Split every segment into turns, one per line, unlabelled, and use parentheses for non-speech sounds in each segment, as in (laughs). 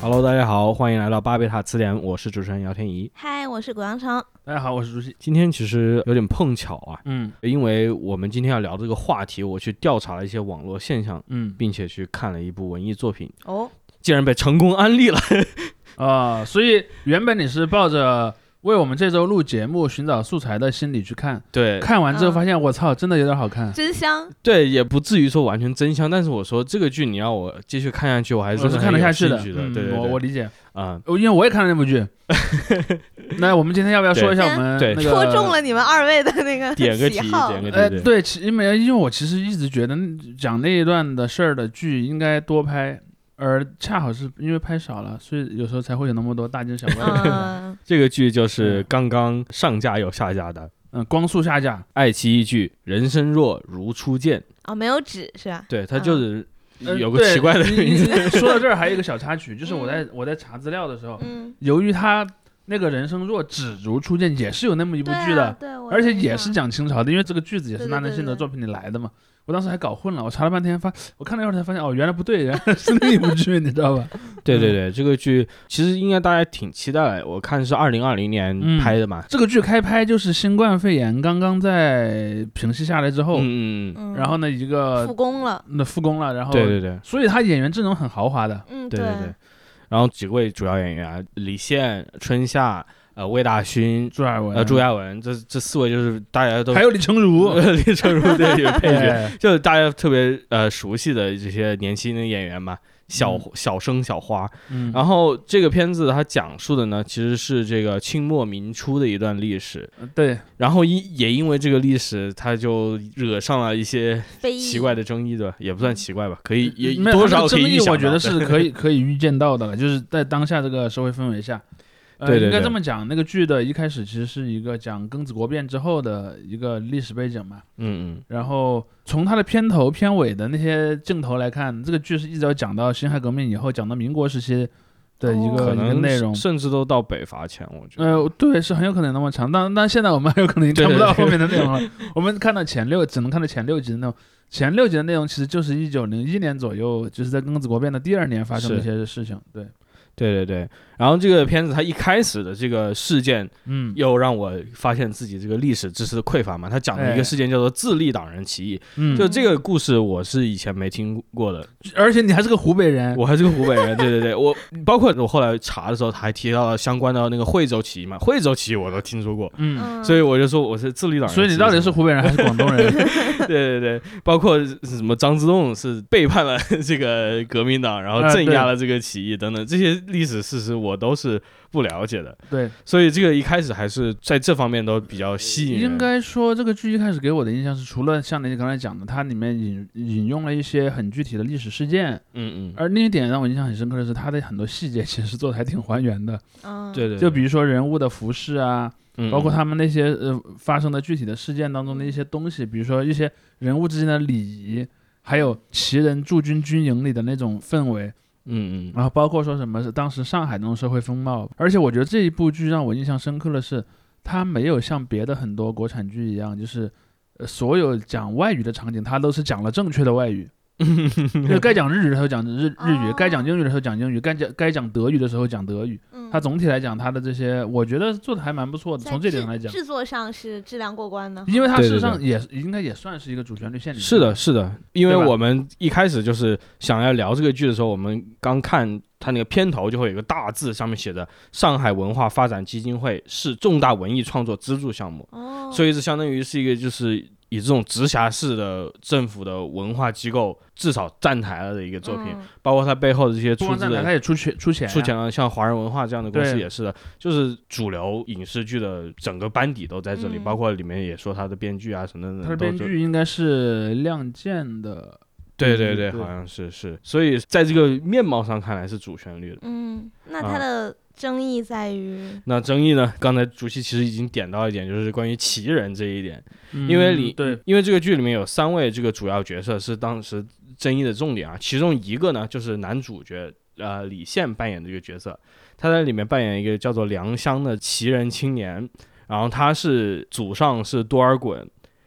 Hello，大家好，欢迎来到巴贝塔词典，我是主持人姚天怡。
嗨，我是古阳城。
大家好，我是朱熹。
今天其实有点碰巧啊，
嗯
因为我们今天要聊这个话题，我去调查了一些网络现象，
嗯
并且去看了一部文艺作品，
哦，
竟然被成功安利
(laughs)
了。
啊、所以原本你是抱着为我们这周录节目寻找素材的心理去看，
对
看完之后
嗯
发现我操，真的有点好看。
真香！
对，也不至于说完全真香，但是我说这个剧你让我继续看下去，我还
(laughs) 我
是
是看得
很有
下去的，
兴趣
嗯
对对对，
我我理解，
啊、
哦因为我也看了那部剧。
(laughs)
那我们今天要不要说一下我们
对
那
对
个？
戳中了你们二位的那个
点个题，
喜好。
点个
呃，
题，对
对，其因为因为我其实一直觉得嗯讲那一段的事儿的剧应该多拍，而恰好是因为拍少了，所以有时候才会有那么多大惊小怪的事儿。
嗯，
这个剧就是
嗯
刚刚上架又下架的。
嗯，光速下架，
爱奇艺剧《人生若如初见》，
哦，没有纸是吧？
对，它就是
呃
有个
对
奇怪的
你
名字， (laughs)
你说到这儿还有一个小插曲，就是我在我在查资料的时候，
嗯，
由于他那个人生若只如初见也是有那么一部
对啊
剧的，
对，我啊
而且
知
也
道
是讲清朝的，因为这个句子也是
对对
纳兰
对
性德
对
作品里来的嘛。我当时还搞混了，我查了半天发，我看了一会儿才发现，哦，原来不对，原来是另一部剧，你知道吧？ (laughs)
对对
嗯
对，这个剧其实应该大家挺期待的，我看是二零二零年
嗯
拍的嘛，
这个剧开拍就是新冠肺炎刚刚在平息下来之后，
嗯嗯嗯，
嗯
然后呢，一
复
个
工了。
那复工了，然后
对对对
所以他演员阵容很豪华的，
嗯，
对对对，然后几位主要演员啊，李现、春夏、呃魏大勋、
朱亚文，
呃朱亚文，这这四位就是大家都 (laughs)
还有李成儒，
李成儒的也配角，
哎
(laughs) 就是大家特别呃熟悉的这些年轻的演员嘛，小、
嗯
小生小花。
嗯，
然后这个片子它讲述的呢，其实是这个清末民初的一段历史，
对，
然后因也因为这个历史，它就惹上了一些
非议
奇怪的争议，对吧？也不算奇怪吧，可以也
没有
多
它这
少
个
可以
争
预
议，
想
我觉
到
得
对
是可以可以预见到的了，就是在当下这个社会氛围下。呃、
对对
应该
对
这么讲，那个剧的一开始其实是一个讲庚子国变之后的一个历史背景嘛。
嗯嗯。
然后从它的片头片尾的那些镜头来看，这个剧是一直要讲到辛亥革命以后，讲到民国时期的一个、
哦可
一个
能
内容。
甚至都到北伐前，我觉得。
呃，对，是很有可能那么长，但但现在我们很有
(laughs)
可能已经看不
对对
到
对
后面的内容了。我们看到前六，只能看到前六集的内容。前六集的内容其实就是一九零一年左右，就是在庚子国变的第二年发生的一些事情。对，
对对对。然后这个片子它一开始的这个事件，
嗯，
又让我发现自己这个历史知识的匮乏嘛。它讲了一个
哎
事件叫做自立党人起义，
嗯
就这个故事我是以前没听过的，
而且你还是个湖北人，
我还是个湖北
(laughs)
人。对对对，我包括我后来查的时候，他还提到了相关的那个惠州起义嘛，惠州起义我都听说过。
嗯，
嗯，
所以我就说我是自立党人，
所以你到底是湖北人还是广东
(laughs)
人？
对 (laughs) 对对，包括什么张之洞是背叛了 (laughs) 这个革命党，然后镇压了这个起义等等这些历史事实我都是不了解的，
对，
所以这个一开始还是在这方面都比较吸引人。
应该说这个剧一开始给我的印象是，除了像你刚才讲的，它里面引引用了一些很具体的历史事件，
嗯嗯，
而另一点让我印象很深刻的是，它的很多细节其实做的还挺还原的，
嗯，
对对，对
就比如说人物的服饰啊，
嗯
包括他们那些呃发生的具体的事件当中的一些东西，比如说一些人物之间的礼仪，还有旗人驻军军营里的那种氛围，
嗯嗯嗯
然后包括说什么是当时上海那种社会风貌。而且我觉得这一部剧让我印象深刻的是，它没有像别的很多国产剧一样，就是。呃所有讲外语的场景，它都是讲了正确的
(laughs)
外语，就是该讲日语的时候讲日日语
哦，
该讲英语的时候讲英语，该讲该讲德语的时候讲德语。
嗯，
它总体来讲，它的这些，我觉得做的还蛮不错的。
在
从这
制
点上来讲，
制作上是质量过关的。
因为它
对
事
对
实上也应该也算是一个主旋律线里面
是的，，是的，因为
对吧
我们一开始就是想要聊这个剧的时候，我们刚看它那个片头就会有一个大字，上面写着“上海文化发展基金会是重大文艺创作资助项目”，
嗯
哦，
所
以
以这相当于是一个就是以这种直辖市的政府的文化机构至少站台了的一个作
嗯
品，包括它背后的这些
不
出
光
资
站台，它
的。
也出钱出钱呀啊
出钱了，像华人文化这样的公司
对
也是的，就是主流影视剧的整个班底都在这里，
嗯
包括里面也说他的编剧啊什么的，
它的
都
编
是
剧应该是《亮剑》的，
对
对
对对，
对对
好像是是，所以在这个面貌上看来是主旋律的。
嗯，那
啊
它的争议在于，
那争议呢？刚才主席其实已经点到一点，就是关于奇人这一点，
嗯
因为里、
对，
因为这个剧里面有三位这个主要角色是当时争议的重点啊，其中一个呢就是男主角呃李现扮演的这个角色，他在里面扮演一个叫做梁湘的奇人青年，然后他是祖上是多尔衮。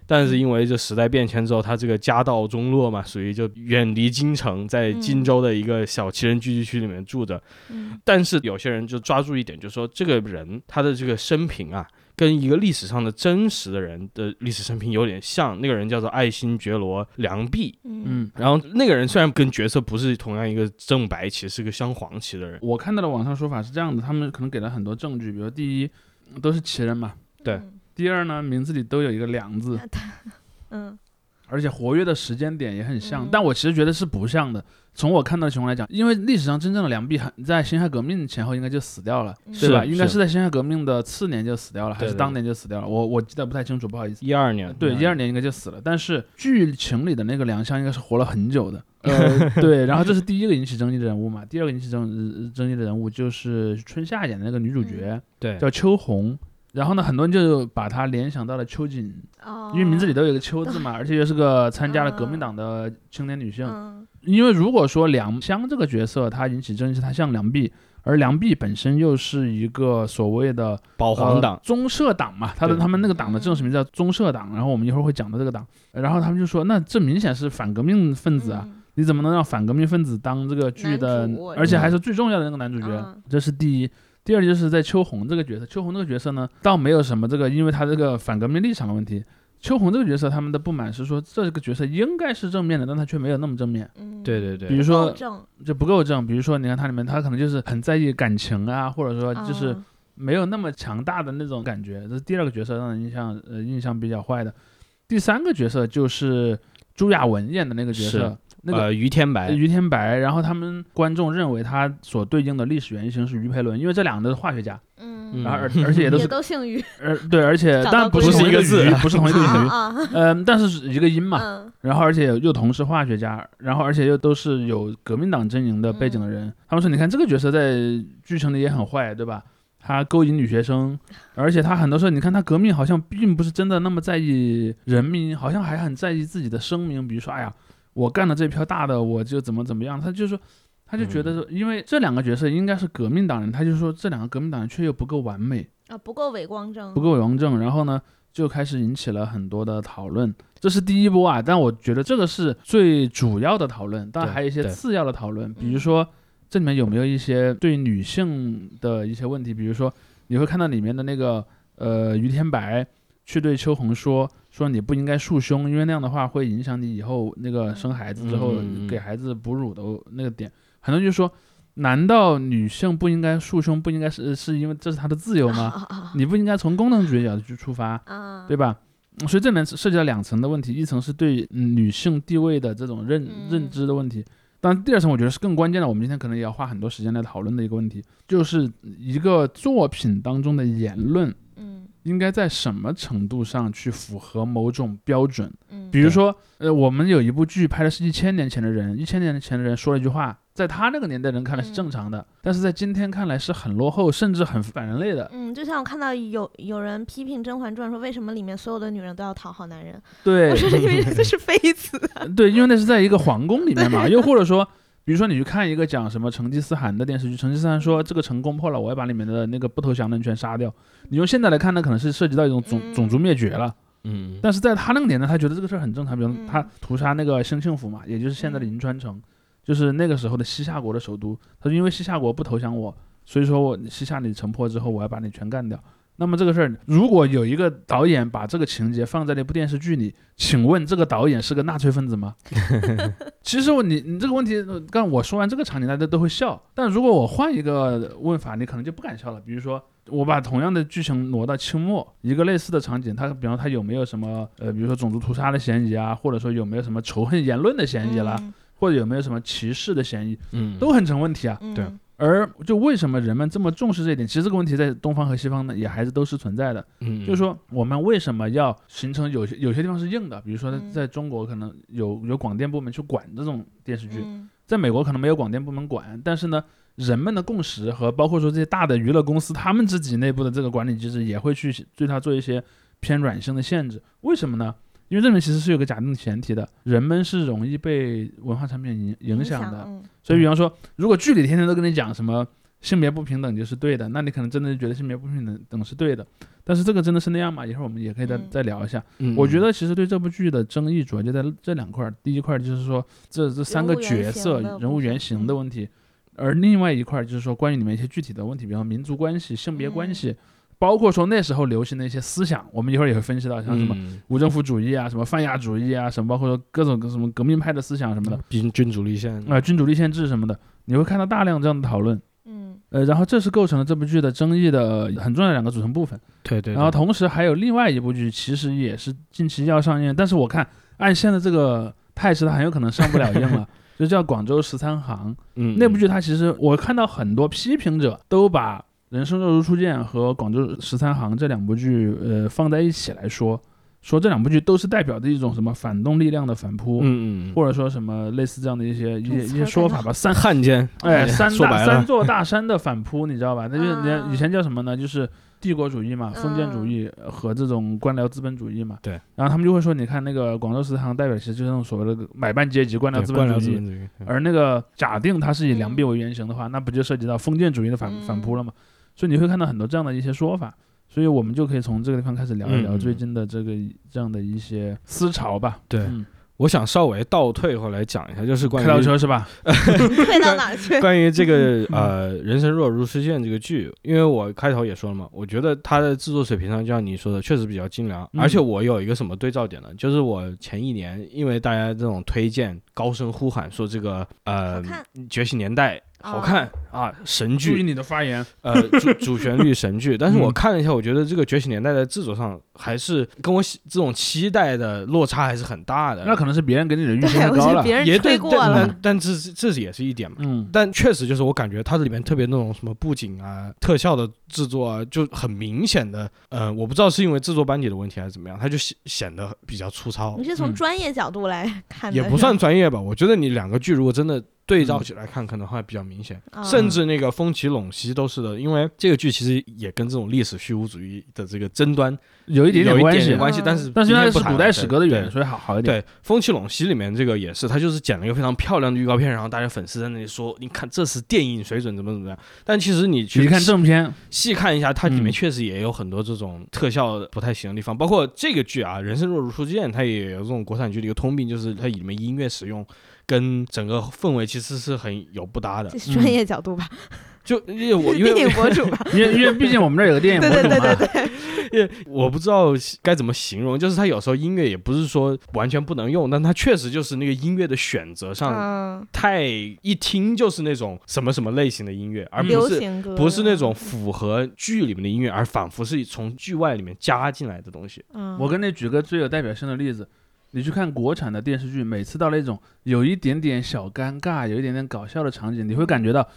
但是因为这时代变迁之后，它这个家道中落嘛，属于就远离京城，在荆州的一个小旗人聚居区里面住着。
嗯
但是有些人就抓住一点，就说这个人他的这个生平啊，跟一个历史上的真实的人的历史生平有点像。那个人叫做爱新觉罗·梁璧，
嗯
嗯，
然后那个人虽然跟角色不是同样一个正白旗，是个镶黄旗的人，
我看到的网上说法是这样的，他们可能给了很多证据，比如第一都是旗人嘛，
对
嗯
第二呢名字里都有一个“梁”字，
啊嗯
而且活跃的时间点也很像，
嗯
但我其实觉得是不像的。从我看到的情况来讲，因为历史上真正的梁璧还在辛亥革命前后应该就死掉了，
嗯
对吧？
是
应该是在辛亥革命的次年就死掉了，还是
对对
当年就死掉了？我我记得不太清楚，不好意思。
一二年，
对，一二年应该就死了。但是嗯剧情里的那个梁湘应该是活了很久的。呃， (laughs) 对，然后这是第一个引起争议的人物嘛，第二个引起争争议的人物就是春夏演的那个女主角、
对，
叫秋红，然后呢，很多人就把她联想到了秋瑾，
哦，
因为名字里都有个秋字 (laughs) 嘛，而且又是个参加了革命党的青年女性。
嗯
因为如果说梁湘这个角色她引起争议，是她像梁璧，而梁璧本身又是一个所谓的
保皇哦党
呃，宗社党嘛，他的
对
他们那个党的正式名字叫宗社党，然后我们一会儿会讲到这个党，然后他们就说，那这明显是反革命分子啊，
嗯
你怎么能让反革命分子当这个剧的
男主，
嗯
而且还是最重要的那个男主角，
嗯
这是第一。第二就是在秋红这个角色，秋红这个角色呢，倒没有什么这个，因为他这个反革命立场的问题。秋红这个角色，他们的不满是说这个角色应该是正面的，但他却没有那么正面。
嗯，
对对对，
比如说
暴政，
就不够正，比如说你看他里面，他可能就是很在意感情啊，或者说就是
嗯
没有那么强大的那种感觉。这是第二个角色让人印象呃印象比较坏的。第三个角色就是朱亚文演的那个角色
是，
那个
呃于天白，
于天白。然后他们观众认为他所对应的历史原型是于培伦，因为这两个都是化学家，
嗯，
然后而
嗯
而且也都
也
是
都姓于
而对，而且
找到
但不
规律
是同一个
不是一个
鱼
字
不是同一个
(laughs)
鱼，
啊，啊
嗯，但是一个音嘛。
嗯
然后而且又同是化学家，然后而且又都是有革命党阵营的背景的人。他们说，你看这个角色在剧情里也很坏，对吧？他勾引女学生，而且他很多时候，你看他革命好像并不是真的那么在意人民，好像还很在意自己的声明，比如说，哎呀，我干了这票大的，我就怎么怎么样。他就说，他就觉得说，因为这两个角色应该是革命党人，他就说这两个革命党人却又不够完美，
啊，不够伪光正，
嗯
不够王正，然后呢就开始引起了很多的讨论。这是第一波啊，但我觉得这个是最主要的讨论，但
对
还有一些
对
次要的讨论，比如
嗯
说这里面有没有一些对女性的一些问题，比如说你会看到里面的那个呃于天白去对秋红说说你不应该束胸，因为那样的话会影响你以后那个生孩子之后
嗯嗯嗯
给孩子哺乳的那个点，很多人就说。难道女性不应该束胸？不应该是是因为这是她的自由吗？
啊啊
你不应该从功能主义角度去出发，
啊，
对吧？嗯所以这里面涉及到两层的问题，一层是对嗯女性地位的这种认
嗯
认知的问题，当然第二层我觉得是更关键的，我们今天可能也要花很多时间来讨论的一个问题，就是一个作品当中的言论
嗯
应该在什么程度上去符合某种标准。
嗯，
比如说，呃，我们有一部剧拍的是一千年前的人，一千年前的人说了一句话，在他那个年代人看来是正
嗯
常的，但是在今天看来是很落后，甚至很反人类的。
嗯，就像我看到有有人批评《甄嬛传》说，为什么里面所有的女人都要讨好男人？
对
我，说是因为这是妃子。
对，因为那是在一个皇宫里面嘛，又或者说，比如说你去看一个讲什么成吉思汗的电视剧，成吉思汗说这个城攻破了，我要把里面的那个不投降的人全杀掉。你用现在来看呢，可能是涉及到一种种、种族灭绝了，
嗯，
但是在他那个年代，他觉得这个事儿很正常，比如
嗯
他屠杀那个兴庆府嘛，也就是现在的银川城，就是那个时候的西夏国的首都。他说因为西夏国不投降我，所以说我西夏你城破之后，我要把你全干掉。那么这个事儿，如果有一个导演把这个情节放在那部电视剧里，请问这个导演是个纳粹分子吗？其实我你你这个问题，呃刚我说完这个场景，大家都会笑。但如果我换一个问法，你可能就不敢笑了。比如说，我把同样的剧情挪到清末，一个类似的场景，它比方它有没有什么呃，比如说种族屠杀的嫌疑啊，或者说有没有什么仇恨言论的嫌疑
嗯
啦，或者有没有什么歧视的嫌疑，
嗯
都很成问题啊。
嗯，
对
嗯
而就为什么人们这么重视这一点？其实这个问题在东方和西方呢，也还是都是存在的。
嗯
就是说，我们为什么要形成有些有些地方是硬的？比如说，
嗯
在中国可能有有广电部门去管这种电视剧，
嗯
在美国可能没有广电部门管，但是呢，人们的共识和包括说这些大的娱乐公司他们自己内部的这个管理机制也会去对它做一些偏软性的限制。为什么呢？因为这里面其实是有个假定前提的，人们是容易被文化产品影影响的。
嗯
所以，比方说，如果剧里天天都跟你讲什么性别不平等就是对的，那你可能真的觉得性别不平等等是对的，但是这个真的是那样吗？一会儿我们也可以再、
嗯
再聊一下。
嗯
我觉得其实对这部剧的争议主要就在这两块儿，第一块儿就是说这这三个
人物原
角色
型的部
人物
分
原型的
嗯
问题，而另外一块儿就是说关于里面一些具体的问题，比方民族关系、性别关
嗯
系，包括说那时候流行的一些思想，我们一会儿也会分析到，像什么
嗯
无政府主义啊、什么泛亚主义啊、什么包括说各种各什么革命派的思想什么的，
君君主立宪，
啊、君主立宪制什么的，你会看到大量这样的讨论。
嗯
呃，然后这是构成了这部剧的争议的很重要的两个组成部分。
对对，
然后
对
同时还有另外一部剧，其实也是近期要上映，但是我看按现在这个态势，它很有可能上不了映
(laughs)
了，就叫《广州十三行》
嗯
那部剧。它其实我看到很多批评者都把《人生若如初见》和《广州十三行》这两部剧呃放在一起来说，说这两部剧都是代表着一种什么反动力量的反扑。
嗯嗯嗯，
或者说什么类似这样的一些一些
这
一些
个词儿
说
感
法
觉
吧，三
汉奸，
哎，三
说
大
白
三
了，
座大山的反扑，你知道吧？那就是人家以
啊
前叫什么呢？就是帝国主义嘛、封建主
嗯
义呃和这种官僚资本主义嘛。
对。
然后他们就会说，你看那个广州食堂代表其实就是那种所谓的买办阶级、官僚
对
资
官
本
僚
主
资
义
本。主义，对
而那个假定它是以良币
嗯
为原型的话，那不就涉及到封建主义的反反
嗯
扑了吗？所以你会看到很多这样的一些说法。所以我们就可以从这个地方开始聊一聊
嗯
最
嗯
近的这个这样的一些思潮吧。
对
嗯，
我想稍微倒退回来讲一下，就是关
开倒
于
车嗯是吧？
退到哪儿去？
(laughs) 关于
(laughs)
这个呃《人生若如初见》这个剧，因为我开头也说了嘛，我觉得它的制作水平上，就像你说的，确实比较精良。
嗯
而且我有一个什么对照点呢？就是我前一年因为大家这种推荐，高声呼喊说这个
好
呃
看，
《觉醒年代》好看、
哦
啊，神
注 (laughs) 意
剧，
你的发言。
呃主主旋律神剧。但是我
嗯
看了一下，我觉得这个《觉醒年代》的制作上还是跟我喜这种期待的落差还是很大的。
那可能是别人给你的预期
对，
太
我觉
高了
得。别人
也对，
吹
嗯
过
但
了。
但但这是这也是一点嘛。
嗯，
但确实就是我感觉它这里面特别那种什么布景啊、特效的制作啊，就很明显的，呃，我不知道是因为制作班底的问题还是怎么样，它就显显得比较粗糙
你，是
嗯
从专业角度来看的，
也不算专业吧。我觉得你两个剧如果真的对
嗯
照起来看，可能会比较明显。
啊
甚至那个风起陇西都是的，因为这个剧其实也跟这种历史虚无主义的这个争端
有一点
有
点
一
关系啊
点，关系，
嗯
但是
但是
今
因为
天
是
不谈
古
了
代史歌的
对
原，所以好好一点。
对，《风起陇西》里面这个也是，他就是剪了一个非常漂亮的预告片，然后大家粉丝在那里说：“你看，这是电影水准，怎么怎么样。”但其实你去
你看
细
正
(laughs)
片，
细看一下，它里
嗯
面确实也有很多这种特效不太行的地方，包括这个剧啊，《人生若如初见》，它也有这种国产剧的一个通病，就是它里面音乐使用跟整个氛围其实是很有不搭的
啊这。是专业角度吧，
就因为我因
电
为
影博主吧，
(laughs) 因为因为毕竟我们这儿有个电
(laughs)
影博
对
主嘛，
对对对对，
因为我不知道该怎么形容，就是它有时候音乐也不是说完全不能用，但它确实就是那个音乐的选择上
嗯，
太一听就是那种什么什么类型的音乐，而不
流
是
行歌
不是那种，符合剧里面的音乐，而仿佛是从剧外里面加进来的东西。
嗯，
我跟你举个最有代表性的例子，你去看国产的电视剧，每次到那种有一点点小尴尬、有一点点搞笑的场景，你会感觉到，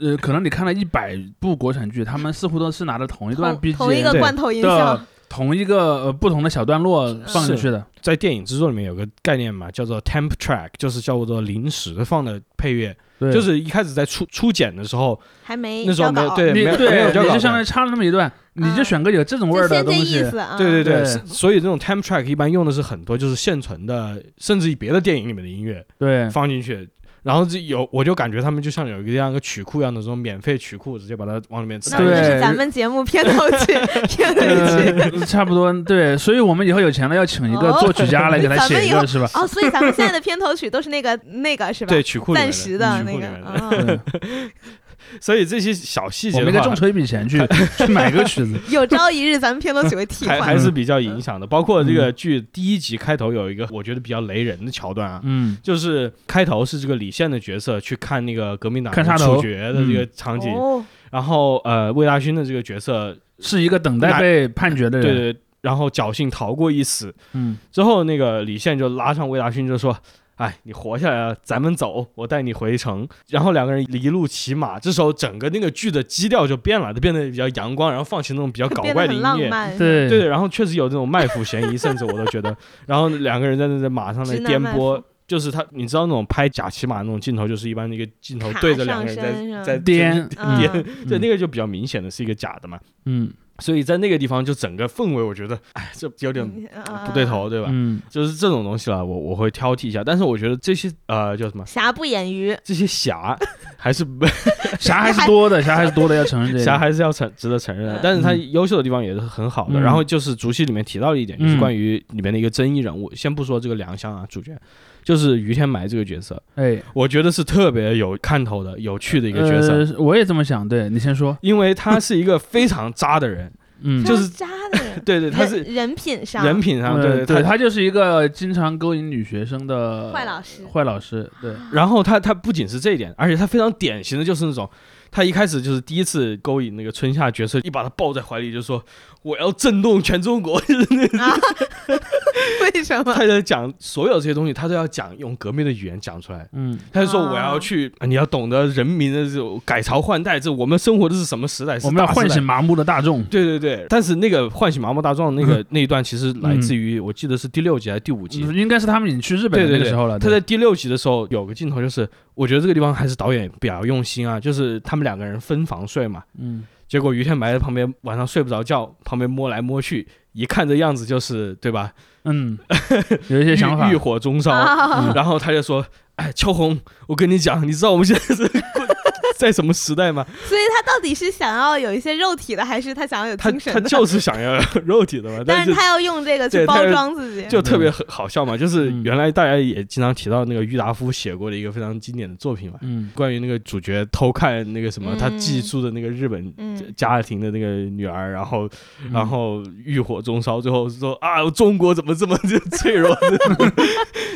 呃，可能你看了一百部国产剧，他们似乎都是拿着同一段
同同一
BGM
个
对啊
罐头音效
的，同一个呃不同的小段落放进去的。
在电影制作里面有个概念嘛，叫做 temp track，就是叫做临时放的配乐，
对，
就是一开始在初初剪的时候，
还没
那时候没
交
有
稿
对
你
没有
对，
没有
你
交稿
就
的
相当于插了那么一段，你就选个有这种味儿
啊就
的
先这
东
意
西。
思啊，
对对
对
对，是所以这种 temp track 一般用的是很多就是现存的，甚至于别的电影里面的音乐，
对，
放进去，然后这有我就感觉他们就像有一个这样一个曲库一样的这种免费曲库，直接把它往里面塞
那。这
对
是咱们节目片头
(laughs)
曲，片头曲。
呃，差不多，对，所以我们以后有钱了要请一个
哦
作曲家来给他
咱们
写一
以
个，
后
是吧？
哦，所以咱们现在的片头曲都是那个那个是吧？
对，曲库里面
暂
的
时的
曲
那
库里
个
面，的。
嗯，
所以这些小细
我
节
们
的
应该众
话，
筹一笔钱去去买个曲子。
有朝一日咱们片头曲会替
还
换
还。是比较影响的。包括这个剧第一集开头有一个我觉得比较雷人的桥段啊，
嗯，
就是开头是这个李现的角色去看嗯那个革命党
看杀头
处决的这个场景，
哦，
然后呃魏大勋的这个角色，
是一个等待被判决的
对
人。
对，然后侥幸逃过一死，
嗯，
之后，那个李现就拉上魏大勋，就说：“哎，你活下来了，咱们走，我带你回城。”然后两个人一路骑马。这时候，整个那个剧的基调就变了，就变得比较阳光，然后放起那种比较搞
变
怪的
得很
音
浪
乐。
漫，
对
对，然后确实有这种卖腐嫌疑，甚至我都觉
(laughs)
得。然后两个人在那在马上来
直男
颠
卖
簸
腐，
就是他，你知道那种拍假骑马那种镜头，就是一般那个镜头
卡
对着
上
两个人
身是吧
在在
颠
颠
嗯，
对，那个就比较明显的是一个假的嘛。
嗯，
所以在那个地方就整个氛围，我觉得，哎，这有点
不
不对
啊
头，对吧？
嗯，
(laughs) 就是这种东西了，我我会挑剔一下。但是我觉得这些呃叫什么，
瑕不掩瑜，
这些侠还是
侠还是多的，侠还是多的，要承认这一
侠
点。
还是要承值得承认的
嗯。
但是他优秀的地方也是很好的。
嗯
然后就是竹溪里面提到了一点，就是
嗯
关于里面的一个争议人物，先不说这个良乡啊主角，就是于天埋这个角色，
哎，
我觉得是特别有看头的、有趣的一个角色，
呃，我也这么想。对你先说，
因为他是一个非常渣的人。 (laughs)
嗯，
就是，
非常渣的人
对对， (laughs) 他是
人人品上
人品上
呃
对
对，
他。
他就是一个经常勾引女学生的
坏老师，
坏老师，对，
然后他他不仅是这一点，而且他非常典型的就是那种，他一开始就是第一次勾引那个春夏角色，一把他抱在怀里就说我要震动全中国， (laughs) 就是那个
啊， (laughs) 为什么？
他在讲所有这些东西，他都要讲用革命的语言讲出来。
嗯，
他就说
啊
我要去，啊你要懂得人民的这种改朝换代，这我们生活的是什么时代？是
我们要
大时代
唤醒。麻木的大众，
对对对，但是那个唤醒麻木大壮那个、
嗯
那一段，其实来自于我记得是第六集还是第五集，
应该是他们已经去日本
对
的
对
那个
对，
时候了。
他
对
在第六集的时候有个镜头，就是我觉得这个地方还是导演比较用心啊，就是他们两个人分房睡嘛，
嗯，
结果于天埋在旁边晚上睡不着觉，旁边摸来摸去，一看这样子就是对吧， (laughs)
嗯，有一些
欲
想法
欲，火中烧，
啊
然后他就说：“哎，秋红，我跟你讲，你知道我们现在是过在什么时代
(laughs)
吗？
所以他到底是想要有一些肉体的，还是他想要有
他
精神
他
的？
就是想要肉体的嘛，
(laughs) 但
但
是
是
他要用这个去
对
包
他是
装自己。
就特别很好笑嘛。就是
嗯
原来大家也经常提到那个郁达夫写过的一个非常经典的作品嘛，
嗯
关于那个主角偷看那个什么，他寄
嗯
宿的那个日本
嗯，
家庭的那个女儿，然后
嗯
然后欲火中烧，最后说啊，中国怎么这么就脆弱？ (laughs)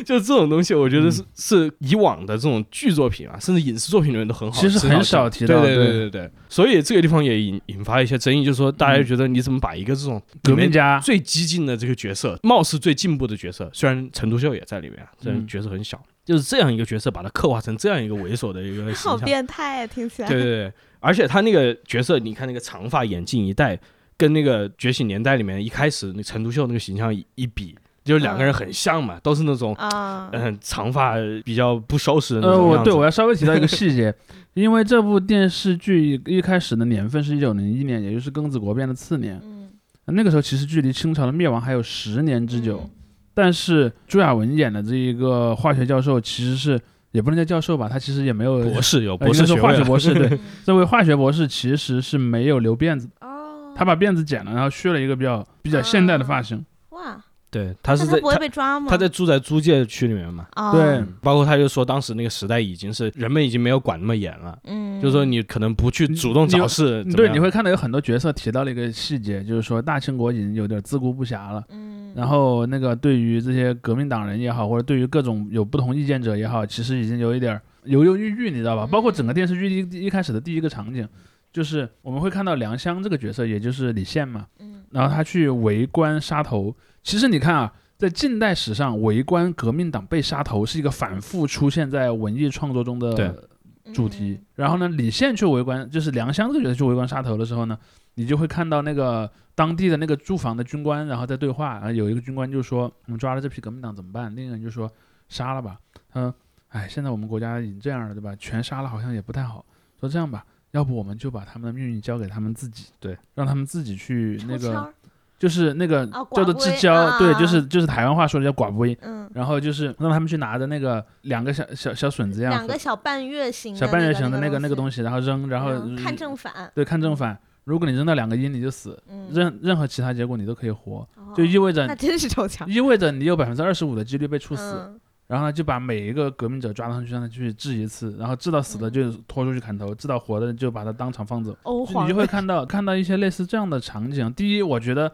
就这种东西，我觉
嗯
得是、是以往的这种剧作品啊，甚至影视作品里面都很好，
嗯其实
很
很少提到
对对
对
对对，所以这个地方也引引发一些争议，就是说大家
嗯
觉得你怎么把一个这种
革命家，
最激进的这个角色，貌似最进步的角色，虽然陈独秀也在里面啊，虽然
嗯
角色很小，就是这样一个角色，把它刻画成这样一个猥琐的一个
好
形象，
变态啊，听起来。
对对对，而且他那个角色，你看那个长发眼镜一戴，跟那个《觉醒年代》里面一开始那陈独秀那个形象一一比，就是两个人很像嘛，都是那种
啊，
嗯、长发比较不收拾的那
呃，
种
我
样子。
对我要稍微提到一个细节，因为这部电视剧一开始的年份是一九零一年，也就是庚子国变的次年，
嗯，
那个时候其实距离清朝的灭亡还有十年之久。
嗯
嗯
但是朱亚文演的这一个化学教授，其实是也不能叫教授吧，他其实也没有
博士有
呃
博士
应该说
学
化
位
学
了，
博士。
(laughs)
对，
嗯。
这位化学博士其实是没有留辫子的，
哦，
他把辫子剪了，然后蓄了一个比较比较现代的发型。
哇，
对他
那
是
他
在
不会
他
被抓吗？
他在住在租界区里面嘛，
哦
对，
包括他就说当时那个时代已经是人们已经没有管那么严了。
嗯，
就是说，你可能不去主动找事，怎么
对，
样
你会看到有很多角色提到了一个细节，就是说大清国已经有点自顾不暇了。
嗯，
然后那个对于这些革命党人也好，或者对于各种有不同意见者也好，其实已经有一点儿犹犹豫豫，你知道吧？包括整个电视剧一一开始的第一个场景，就是我们会看到梁湘这个角色，也就是李现嘛，
嗯，
然后他去围观杀头。其实你看啊，在近代史上，围观革命党被杀头是一个反复出现在文艺创作中
对
的
嗯
主题。然后呢，李现去围观，就是梁湘这个角色去围观杀头的时候呢，你就会看到那个当地的那个驻防的军官，然后在对话，然后有一个军官就说：“我们抓了这批革命党怎么办？”另一个人就说：“杀了吧。”他说：“哎，现在我们国家已经这样了，对吧？全杀了好像也不太好。说这样吧，要不我们就把他们的命运交给他们自己，
对，
让他们自己去
嗯
那
抽签
个，
儿
就是那个
哦
叫做
寡
至
龟
交，对，
啊
就是就是台湾话说的叫寡龟。”
嗯，
然后就是让他们去拿着那个两个小小小笋子一样
两
和
个小半月形的
小
那
半
个
月形的那个那
西，
个东西，然后扔，然后
嗯看
嗯
正反，
对看正反。如果你扔到两个一，你就死，
嗯，
任任何其他结果你都可以活，
哦
就意味
那
着
真是抽签儿，
意味着你有百分之二十五的几率被处死。
嗯
然后呢，就把每一个革命者抓上去，让他去治一次，然后治到死的
嗯
就拖出去砍头，治到活的就把他当场放走。
欧
就
皇
你就会看到看到一些类似这样的场景。第一，我觉得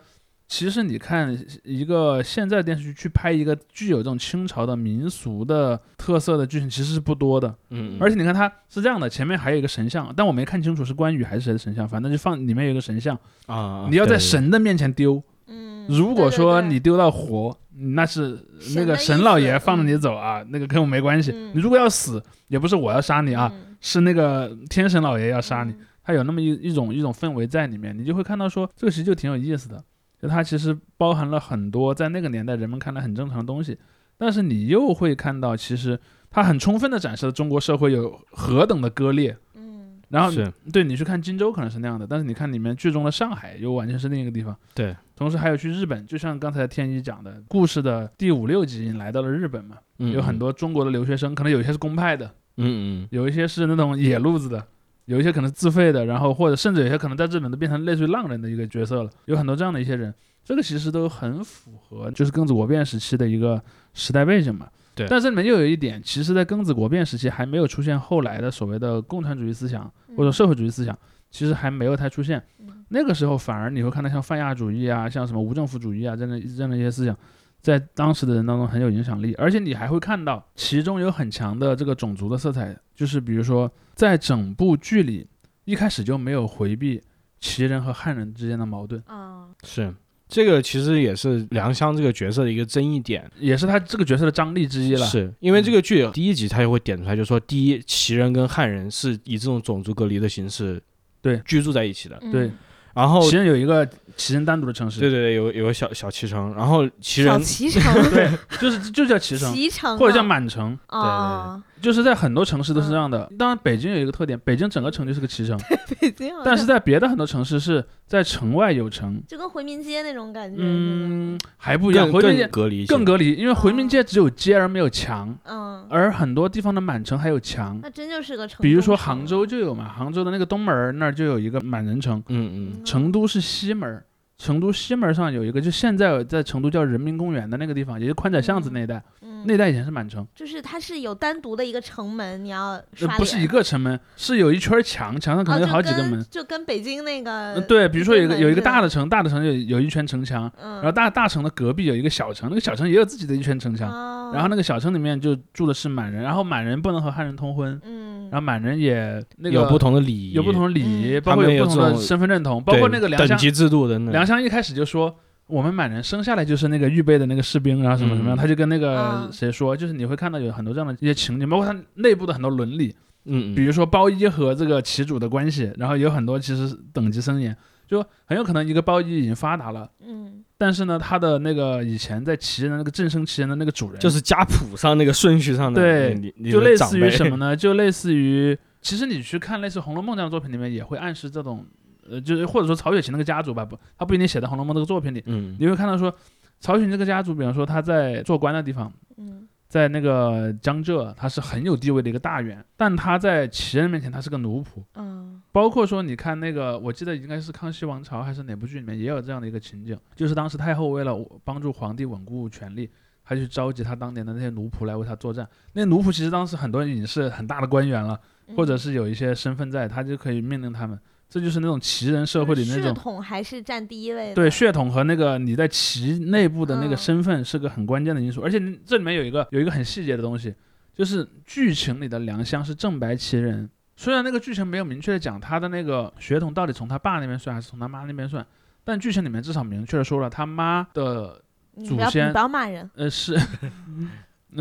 其实你看一个现在电视剧去拍一个具有这种清朝的民俗的特色的剧情，其实是不多的。
嗯，嗯
而且你看它是这样的，前面还有一个神像，但我没看清楚是关羽还是谁的神像，反正就放里面有一个神像，
啊，
你要在
对
神的面前丢。
嗯，
如果
对对
说
对
你丢到活，那是
神
那
的
个
意
神老
思
爷放着
嗯
你走啊，那个跟我没关系。
嗯
你如果要死，也不是我要杀你啊，
嗯
是那个天神老爷要杀你。
嗯
它有那么一一种一种氛围在里面，你就会看到说这个其实就挺有意思的，就它其实包含了很多在那个年代人们看来很正常的东西，但是你又会看到其实它很充分的展示了中国社会有何等的割裂，
嗯，
然后
是
对你去看荆州可能是那样的，但是你看里面剧中的上海又完全是另一个地方。
对，
同时还有去日本，就像刚才天一讲的，故事的第五六集来到了日本嘛，
嗯
有很，多中国的留学生，可能有一些是公派的，
嗯嗯
有一些是那种野路子的，有一些可能自费的，然后或者甚至有些可能在日本都变成类似于浪人的一个角色了，有很多这样的一些人，这个其实都很符合就是庚子国变时期的一个时代背景嘛。
对
但是里面又有一点，其实，在庚子国变时期还没有出现后来的所谓的共产主义思想或者社会主义思想，其实还没有太出现。
嗯
那个时候反而你会看到像泛亚主义啊，像什么无政府主义啊，这样的这样的一些思想，在当时的人当中很有影响力，而且你还会看到其中有很强的这个种族的色彩，就是比如说在整部剧里一开始就没有回避旗人和汉人之间的矛盾，
啊，
是。这个其实也是梁湘这个角色的一个争议点，
也是他这个角色的张力之一了。
是因为这个剧第一集他就会点出来，就说第一，旗人跟汉人是以这种种族隔离的形式
对
居住在一起的，
嗯
对
然后
旗人有一个旗人单独的城市，
对对对，有有个小小旗城，然后旗
小
人
脐橙，
对，就是就叫旗城，
脐橙
或者叫
啊
满城，
啊，
就是在很多城市都是这样的。当然，北京有一个特点，北京整个城就是个旗城，
(laughs) 北京好像，
但是在别的很多城市是在城外有城，
就跟回民街那种感觉，
嗯，还不一样。
更
回民街
更隔离一些，
更隔离，因为回民街只有街而没有墙，
嗯，
而很多地方的满城还有墙。
那真就是个城中城，
比如说杭州就有嘛，杭州的那个东门儿那儿就有一个满人城，
嗯嗯
成都是西门儿，成都西门儿上有一个，就现在在成都叫人民公园的那个地方，也就宽窄巷子那一带，
嗯，
那一带以前是满城，
就是它是有单独的一个城门，你要
呃
刷
不是
脸
一个城门，是有一圈儿墙，墙上可
哦
能有
就
好几个
跟
门。
就跟北京那个
呃对，比如说有一个有一个大
的，
的城，大的城有有一圈城墙，
嗯，
然后大大城的隔壁有一个小城，那个小城也有自己的一圈城墙，
哦，
然后那个小城里面就住的是满人，然后满人不能和汉人通婚，
嗯，
然后满人也那个
有不同的礼仪，
有不同的礼仪，
嗯
包
他
括
们
有
有
不同
这
的
种
身份认同，包
对
括那个梁
等
湘，
级制度的那
梁湘一开始就说我们满人生下来就是那个预备的那个士兵，然啊后什么什么样，
嗯
他就跟那个
嗯
谁说，就是你会看到有很多这样的一些情景，包括他内部的很多伦理，
嗯
比
嗯
如说包衣和这个旗主的关系，然后有很多其实是等级森严，就很有可能一个包衣已经发达了。
嗯，
但是呢，他的那个以前在旗人的那个正升旗人的那个主人，
就是家谱上那个顺序上的，
对
你你
就
的
类
长
似于
辈
什么呢？就类似于，其实你去看类似《红楼梦》这样的作品里面，也会暗示这种，呃，就是或者说曹雪芹那个家族吧，不，他不一定写在《红楼梦》这个作品里，
(laughs) 嗯
你会看到说，曹雪芹这个家族，比方说他在做官的地方，
嗯
在那个江浙，他是很有地位的一个大员，但他在旗人面前他是个奴仆。
嗯
包括说，你看那个，我记得应该是《康熙王朝》还是哪部剧里面也有这样的一个情景，就是当时太后为了帮助皇帝稳固权力，她去召集她当年的那些奴仆来为她作战。那奴仆其实当时很多已经是很大的官员了，
嗯，
或者是有一些身份在，她就可以命令他们。这就是那种旗人社会里那
血
种
统还是占第一位的，
对血统和那个你在旗内部的那个
嗯
身份是个很关键的因素，而且你这里面有一个有一个很细节的东西，就是剧情里的良乡是正白旗人，虽然那个剧情没有明确的讲他的那个血统到底从他爸那边算还是从他妈那边算，但剧情里面至少明确的说了他妈的
你
祖
不要
先
你不要骂人
呃是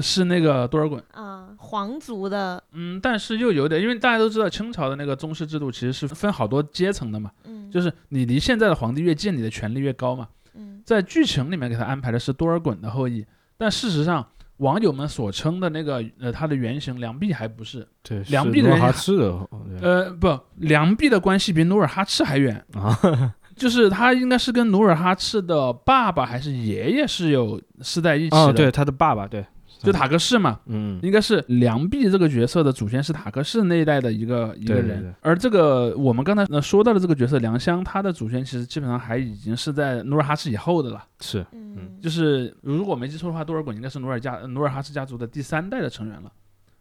是那个多尔衮，
啊，皇族的，
嗯，但是又有点，因为大家都知道清朝的那个宗室制度其实是分好多阶层的嘛，
嗯，
就是你离现在的皇帝越近，你的权力越高嘛。
嗯
在剧情里面给他安排的是多尔衮的后裔，但事实上，网友们所称的那个呃他的原型梁璧还不是，
对
两
是
臂的
努尔
人
哈
还
赤的哦对
呃不，梁璧的关系比努尔哈赤还远，
啊
就是他应该是跟努尔哈赤的爸爸还是爷爷是有是在一起的，
哦对，他的爸爸对，
就塔克士嘛。
嗯
应该是梁璧这个角色的祖先是塔克士那一代的一个一个
对
人，
对对
而这个我们刚才呃说到的这个角色梁湘，她的祖先其实基本上还已经是在努尔哈赤以后的了。
是
嗯，
就是如果没记错的话，多尔衮应该是努尔家呃努尔哈赤家族的第三代的成员了，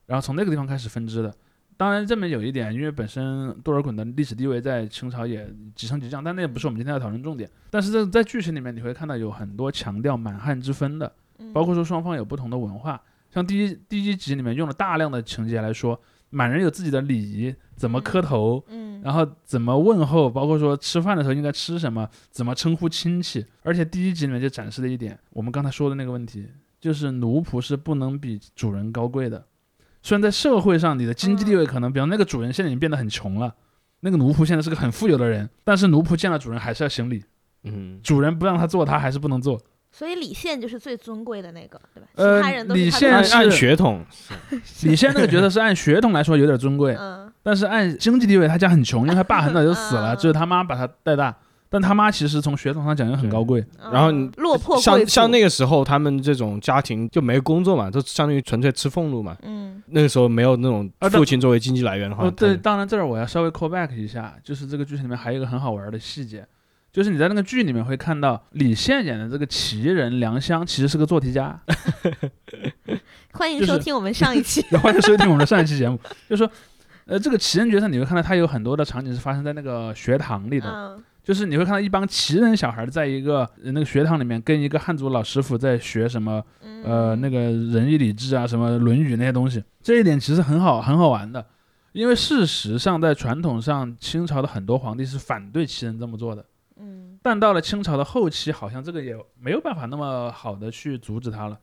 然后从那个地方开始分支的。当然，这边有一点，因为本身多尔衮的历史地位在清朝也几升几降，但那也不是我们今天要讨论重点。但是这在剧情里面，你会看到有很多强调满汉之分的，
嗯
包括说双方有不同的文化。像第一第一集里面用了大量的情节来说，满人有自己的礼仪，怎么磕头，
嗯，
然后怎么问候，包括说吃饭的时候应该吃什么，怎么称呼亲戚。而且第一集里面就展示了一点，我们刚才说的那个问题，就是奴仆是不能比主人高贵的。虽然在社会上你的经济地位可能，比方那个主人现在已经变得很穷了，那个奴仆现在是个很富有的人，但是奴仆见了主人还是要行礼，
嗯
主人不让他做，他还是不
(laughs)
能做。
所以李现就是最尊贵的那个，对吧？
呃
其他人都
李
是
现
他
按
的
是
按血统
李现那个角色是按血统来说有点尊贵，
嗯
但是按经济地位，他家很穷，因为他爸很早就死了，
嗯
只有他妈把他带大。但他妈其实从血统上讲又很高贵，
嗯
然后你
落魄贵
像
妇
像那个时候，他们这种家庭就没工作嘛，都相当于纯粹吃俸禄嘛。
嗯
那个时候没有那种
啊但
父亲作为经济来源的话，
哦，对，
啊他
当然这儿我要稍微 call back 一下，就是这个剧情里面还有一个很好玩的细节，就是你在那个剧里面会看到李现演的这个奇人梁湘其实是个做题家。
欢迎
就是
收听我们上一
(laughs)
期
然后就收听我们的上一期节目， (laughs) 就说，呃，这个奇人角色你会看到他有很多的场景是发生在那个学堂里的，
嗯
就是你会看到一帮奇人小孩在一个呃那个学堂里面跟一个汉族老师傅在学什么
嗯
呃那个仁义礼智啊，什么《论语》那些东西，这一点其实很好很好玩的，因为事实上在传统上，清朝的很多皇帝是反对奇人这么做的，
嗯
但到了清朝的后期，好像这个也没有办法那么好的去阻止他了。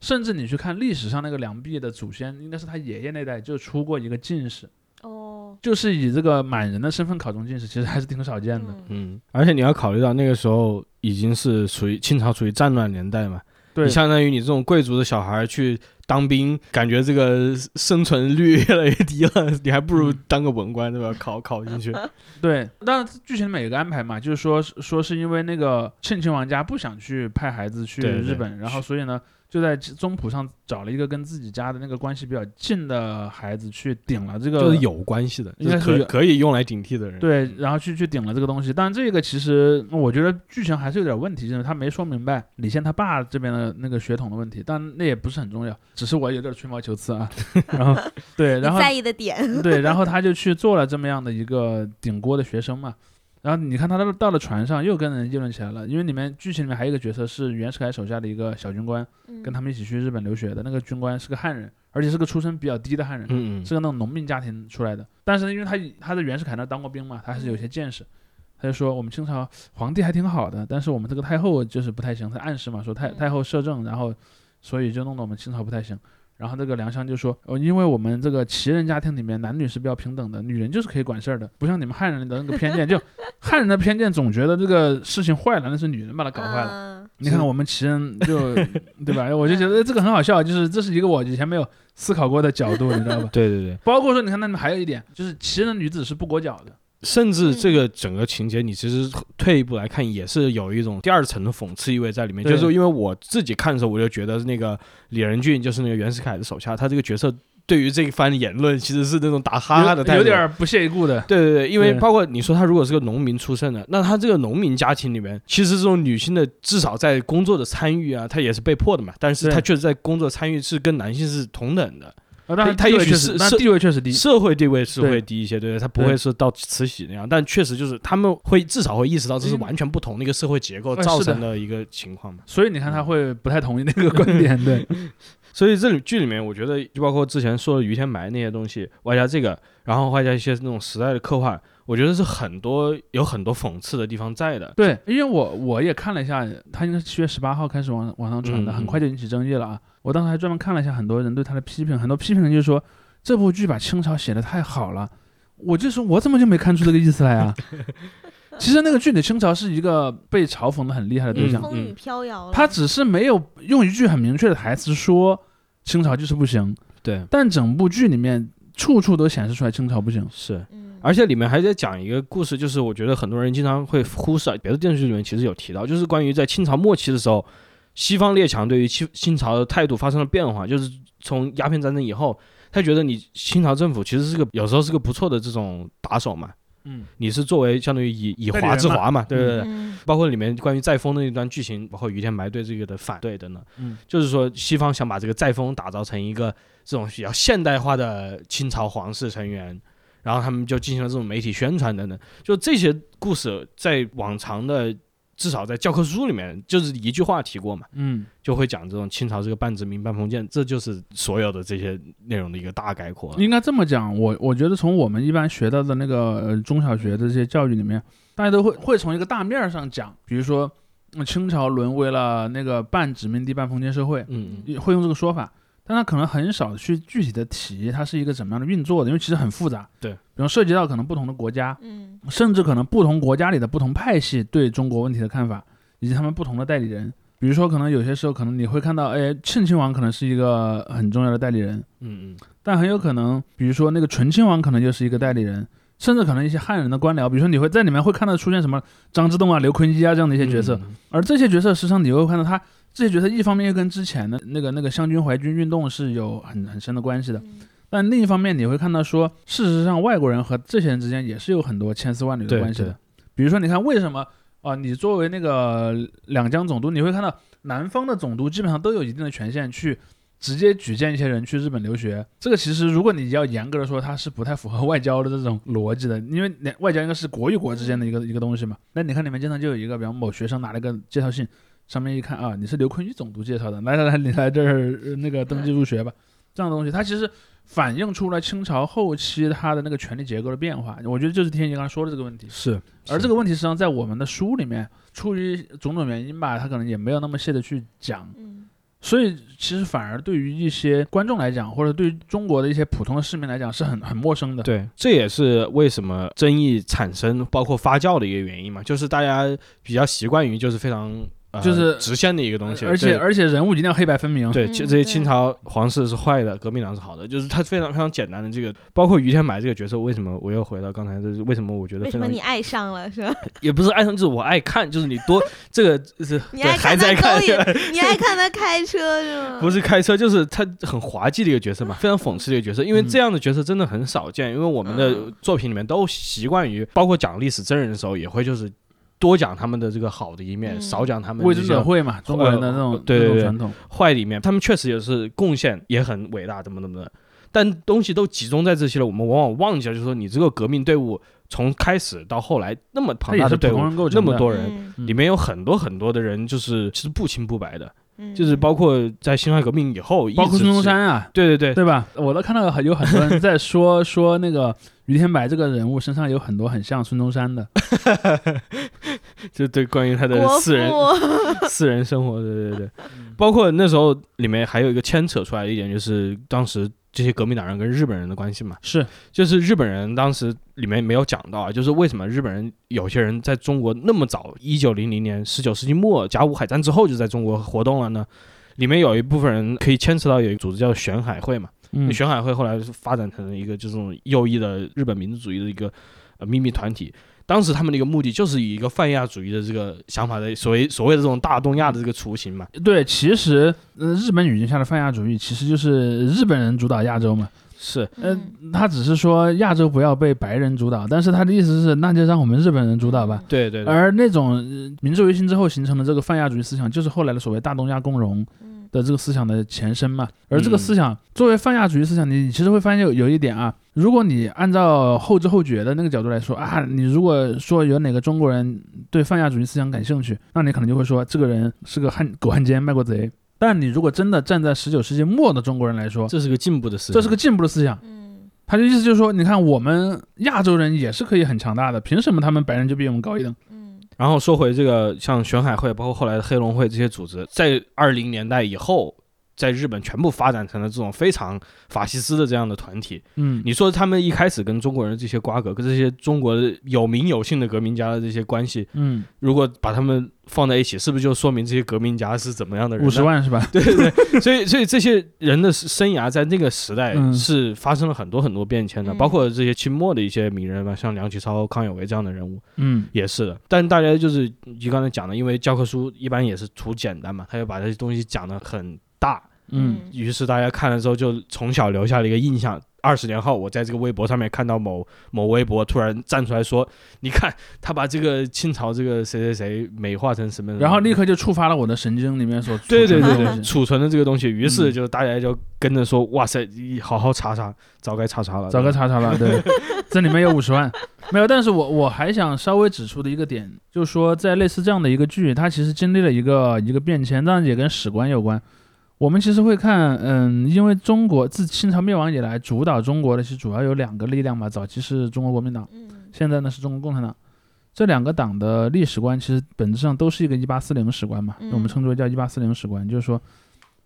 甚至你去看历史上那个梁壁的祖先，应该是他爷爷那代就出过一个进士，
哦
就是以这个满人的身份考中进士，其实还是挺少见的。
嗯
嗯，而且你要考虑到那个时候已经是属于清朝处于战乱年代嘛，
对
你相当于你这种贵族的小孩去当兵，感觉这个生存率越来越低了，你还不如
嗯
当个文官对吧？考考进
(laughs)
去，
对，当然剧情里面有个安排嘛，就是说说是因为那个庆亲王家不想去派孩子去
对对
日本，然后所以呢就在中谱上找了一个跟自己家的那个关系比较近的孩子去顶了这个
就是有关系的，
应该
就是嗯是可
有
可以用来顶替的人。
对，然后去去顶了这个东西。但这个其实我觉得剧情还是有点问题，就是他没说明白李现他爸这边的那个血统的问题，但那也不是很重要，只是我有点吹毛求疵啊。 (laughs) 然后对，然
你
后
在意的点
对，然后他就去做了这么样的一个顶锅的学生嘛。然后你看他到到了船上又跟人议论起来了，因为里面剧情里面还有一个角色是袁世凯手下的一个小军官，
嗯
跟他们一起去日本留学的那个军官是个汉人，而且是个出身比较低的汉人。
嗯嗯，
是个那种农民家庭出来的，但是因为他以他在袁世凯那儿当过兵嘛，他还是有些见识。他就说我们清朝皇帝还挺好的，但是我们这个太后就是不太行。他暗示嘛，说太
嗯
太后摄政，然后所以就弄得我们清朝不太行。然后这个梁湘就说，哦，因为我们这个旗人家庭里面男女是比较平等的，女人就是可以管事儿的，不像你们汉人的那个偏见，就汉人的偏见总觉得这个事情坏了，那是女人把他搞坏了。
了
你看我们旗人就对吧？我就觉得哎这个很好笑，就是这是一个我以前没有思考过的角度，你知道吧？
对对对，
包括说，你看那里面还有一点，就是奇人女子是不裹脚的。
甚至这个整个情节，你其实退一步来看，也是有一种第二层的讽刺意味在里面。
对
就是因为我自己看的时候，我就觉得那个李仁俊就是那个袁世凯的手下，他这个角色对于这一番言论其实是那种打哈哈的态
有
度，
有点儿不屑一顾的。
对对对，因为
对
包括你说他如果是个农民出身的，那他这个农民家庭里面，其实这种女性的至少在工作的参与啊，她也是被迫的嘛，但是
对
她确实在工作参与是跟男性是同等的，
啊，当然
他
地位
也许
确
是
实，但
是
地位确实低。
社会地位是
对
会低一些，对对，她不会是到慈禧那样，但确实就是他们会至少会意识到这是
嗯
完全不同的一个社会结构
哎
造
是的
成的一个情况嘛。
所以你看他会不太同意那个观
(laughs)
点，对，
所以这里剧里面，我觉得就包括之前说的于天埋那些东西，外加这个，然后外加一些那种时代的刻画，我觉得是很多有很多讽刺的地方在的。
对，因为我我也看了一下，他应该是七月十八号开始网网上传的，
嗯
很快就引起争议了啊。我当时还专门看了一下很多人对他的批评，很多批评人就说这部剧把清朝写的太好了，我就说我怎么就没看出这个意思来
(laughs)
啊？其实那个剧里清朝是一个被嘲讽的很厉害的对象，
嗯
风雨飘摇了
他只是没有用一句很明确的台词说清朝就是不行，
对，
但整部剧里面处处都显示出来清朝不行。
是，
嗯
而且里面还在讲一个故事，就是我觉得很多人经常会忽视，啊，别的电视剧里面其实有提到，就是关于在清朝末期的时候，西方列强对于清清朝的态度发生了变化，就是从鸦片战争以后，他觉得你清朝政府其实是个有时候是个不错的这种打手嘛，
嗯，
你是作为相当于以以
代理
华
人
制
嘛
华嘛，啊对对对。
嗯
包括里面关于载沣的那段剧情，包括于天埋对这个的反对等等，
嗯，
就是说西方想把这个载沣打造成一个这种比较现代化的清朝皇室成员，然后他们就进行了这种媒体宣传等等，就这些故事在往常的至少在教科书里面就是一句话提过嘛，
嗯，
就会讲这种清朝这个半殖民半封建，这就是所有的这些内容的一个大概括。
应该这么讲，我我觉得从我们一般学到的那个、呃、中小学的这些教育里面，大家都会会从一个大面儿上讲，比如说、嗯清朝沦为了那个半殖民地半封建社会，
嗯嗯
也会用这个说法，但他可能很少去具体的提它是一个怎么样的运作的，因为其实很复杂。
对
比方涉及到可能不同的国家，
嗯
甚至可能不同国家里的不同派系对中国问题的看法，以及他们不同的代理人。比如说，可能有些时候，可能你会看到，哎，庆亲王可能是一个很重要的代理人，
嗯嗯
但很有可能，比如说那个醇亲王可能就是一个代理人，甚至可能一些汉人的官僚，比如说你会在里面会看到出现什么张之洞啊、刘坤一啊这样的一些角色，，
嗯
而这些角色实际上你会看到他这些角色一方面又跟之前的那个那个湘军淮军运动是有很很深的关系的，
嗯
但另一方面你会看到说，事实上外国人和这些人之间也是有很多千丝万缕的
对
关系的
对，
比如说你看为什么啊、你作为那个两江总督，你会看到南方的总督基本上都有一定的权限去直接举荐一些人去日本留学。这个其实如果你要严格的说，它是不太符合外交的这种逻辑的，因为两外交应该是国与国之间的一个一个东西嘛。那你看里面经常就有一个，比方某学生拿了个介绍信，上面一看啊，你是刘坤一总督介绍的，来来来，你来这儿呃那个登记入学吧，这样的东西，它其实。反映出了清朝后期它的那个权力结构的变化，我觉得就是天一刚才说的这个问题。
是，
而这个问题实际上在我们的书里面，出于种种原因吧，他可能也没有那么细的去讲，
嗯
所以其实反而对于一些观众来讲，或者对于中国的一些普通的市民来讲，是很很陌生的。，
对，这也是为什么争议产生包括发酵的一个原因嘛，就是大家比较习惯于就是非常、呃、
就是
直线的一个东西，
而且
对
而且人物一定要黑白分明。
对，
嗯
其这些
对
清朝皇室是坏的，革命党是好的，就是他非常非常简单的这个，包括于天买这个角色，为什么我又回到刚才，就是为什么我觉得
为
非
什么
常
你爱上了是吧？
(laughs) 也不是爱上，就是我爱看，就是你多这个是
你
对
爱
还
看
在
他
看
勾，引，你爱看他开车是吗？
不是开车，就是他很滑稽的一个角色嘛，非常讽刺的一个角色，因为
嗯
这样的角色真的很少见，因为我们的
嗯
作品里面都习惯于，包括讲历史真人的时候，也会就是多讲他们的这个好的一面，
嗯
少讲他们
为
这
政
些
者会嘛，中国人的那种、
呃对对
那
对
种传统。
坏的一面，他们确实也是贡献也很伟大，怎么怎么的，但东西都集中在这些了，我们往往忘记了，就是说你这个革命队伍从开始到后来那么庞大
它也
的
是
队
普
伍
通人构，
那
成的
么多人。
嗯
里面有很多很多的人，就是其实不清不白的，
嗯
就是包括在辛亥革命以后，
包括
一直
孙中
是，
山啊，
对对对，
对吧？我都看到很有很多人在说说那个于天白这个人物身上有很多很像孙中山的，
(laughs) 就对关于他的
国父
(laughs) 私人私人生活，对对对，包括那时候里面还有一个牵扯出来的一点，就是当时这些革命党人跟日本人的关系嘛，
(laughs) 是
就是日本人当时里面没有讲到啊，就是为什么日本人有些人在中国那么早，一九零零年十九世纪末甲午海战之后就在中国活动了呢？里面有一部分人可以牵扯到有一个组织叫选海会嘛，
嗯
选海会后来是发展成了一个这种右翼的日本民族主义的一个呃秘密团体。当时他们的一个目的就是以一个泛亚主义的这个想法的所谓所谓的这种大东亚的这个雏形嘛，
对，其实呃，日本语境下的泛亚主义其实就是日本人主导亚洲嘛。
是
呃
嗯，
他只是说亚洲不要被白人主导，但是他的意思是，那就让我们日本人主导吧。
对对对，
而那种呃明治维新之后形成的这个泛亚主义思想，就是后来的所谓大东亚共荣
嗯
的这个思想的前身嘛。而这
嗯
个思想作为泛亚主义思想，你你其实会发现有有一点啊，如果你按照后知后觉的那个角度来说啊，你如果说有哪个中国人对泛亚主义思想感兴趣，那你可能就会说这个人是个汉狗汉奸卖国贼。但你如果真的站在十九世纪末的中国人来说，
这是个进步的思想，
这是个进步的思想。
嗯
他的意思就是说，你看我们亚洲人也是可以很强大的，凭什么他们白人就比我们高一等？
嗯
然后说回这个，像选海会，包括后来的黑龙会这些组织，在二零年代以后，在日本全部发展成了这种非常法西斯的这样的团体。
嗯，
你说他们一开始跟中国人这些瓜葛，跟这些中国有名有姓的革命家的这些关系，
嗯，
如果把他们放在一起，是不是就说明这些革命家是怎么样的人？
五十，万是吧？
对对对。所以，所以这些人的生涯在那个时代
嗯
是发生了很多很多变迁的，
嗯
包括这些清末的一些名人嘛，啊像梁启超、康有为这样的人物。
嗯，
也是的，但大家就是你刚才讲的，因为教科书一般也是图简单嘛，他就把这些东西讲得很大，
嗯，
于是大家看了之后就从小留下了一个印象。二十年后，我在这个微博上面看到某某微博突然站出来说：“你看他把这个清朝这个谁谁谁美化成什么什么。”
然后立刻就触发了我的神经里面所
对对
储
对
存的
对
东西
储存的这个东西，于是
嗯
就大家就跟着说：“哇塞，你好好查查，早该查查了，
早该
对吧
查查
(laughs)
了。对，这里面有五十万，没有。但是我我还想稍微指出的一个点，就是说在类似这样的一个剧，它其实经历了一个一个变迁，当然也跟史观有关。我们其实会看，嗯，因为中国自清朝灭亡以来，主导中国的其实主要有两个力量嘛，早期是中国国民党。
嗯
现在呢是中国共产党。这两个党的历史观其实本质上都是一个一八四零史观嘛，
嗯
我们称之为叫一八四零史观，就是说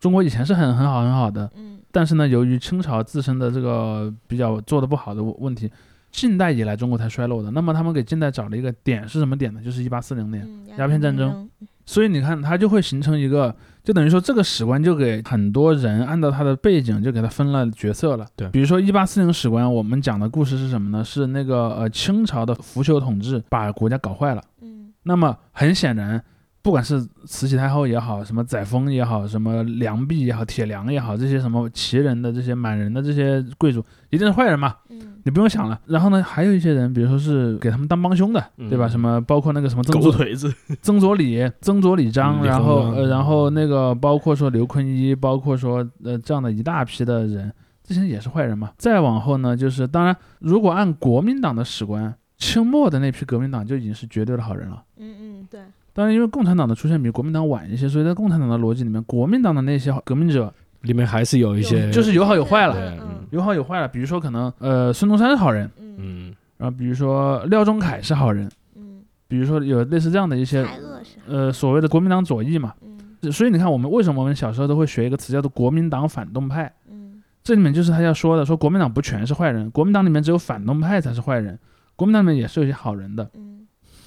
中国以前是很很好很好的，
嗯
但是呢，由于清朝自身的这个比较做的不好的问题，近代以来中国才衰落的。那么他们给近代找了一个点是什么点呢？就是一八四零年
嗯，
鸦片战争，所以你看，它就会形成一个，就等于说这个史官就给很多人按照他的背景就给他分了角色了。
对
比如说一八四零史官，我们讲的故事是什么呢？是那个呃清朝的腐朽统治把国家搞坏了。
嗯
那么很显然，不管是慈禧太后也好，什么载沣也好，什么梁璧也好，铁梁也好，这些什么旗人的这些满人的这些贵族，一定是坏人嘛，
嗯
你不用想了。然后呢，还有一些人，比如说是给他们当帮凶的，
嗯
对吧？什么包括那个什么曾
狗
左
腿子，
曾左李、曾左李章，
嗯李鸿
然后
章
呃，然后那个包括说刘坤一，包括说呃这样的一大批的人，这些人也是坏人嘛。再往后呢，就是当然，如果按国民党的史观，清末的那批革命党就已经是绝对的好人了。
嗯嗯，对，
当然，因为共产党的出现比国民党晚一些，所以在共产党的逻辑里面，国民党的那些革命者
里面还是有一些，
就是有好有坏了
对
嗯
有好有坏了。比如说，可能呃孙中山是好人，
嗯
嗯，
然后比如说廖仲恺是好人，
嗯，
比如说有类似这样的一些
太恶是，
呃所谓的国民党左翼嘛。
嗯
所以你看，我们为什么我们小时候都会学一个词叫做国民党反动派？
嗯
这里面就是他要说的，说国民党不全是坏人，国民党里面只有反动派才是坏人，国民党里面也是有些好人的。
嗯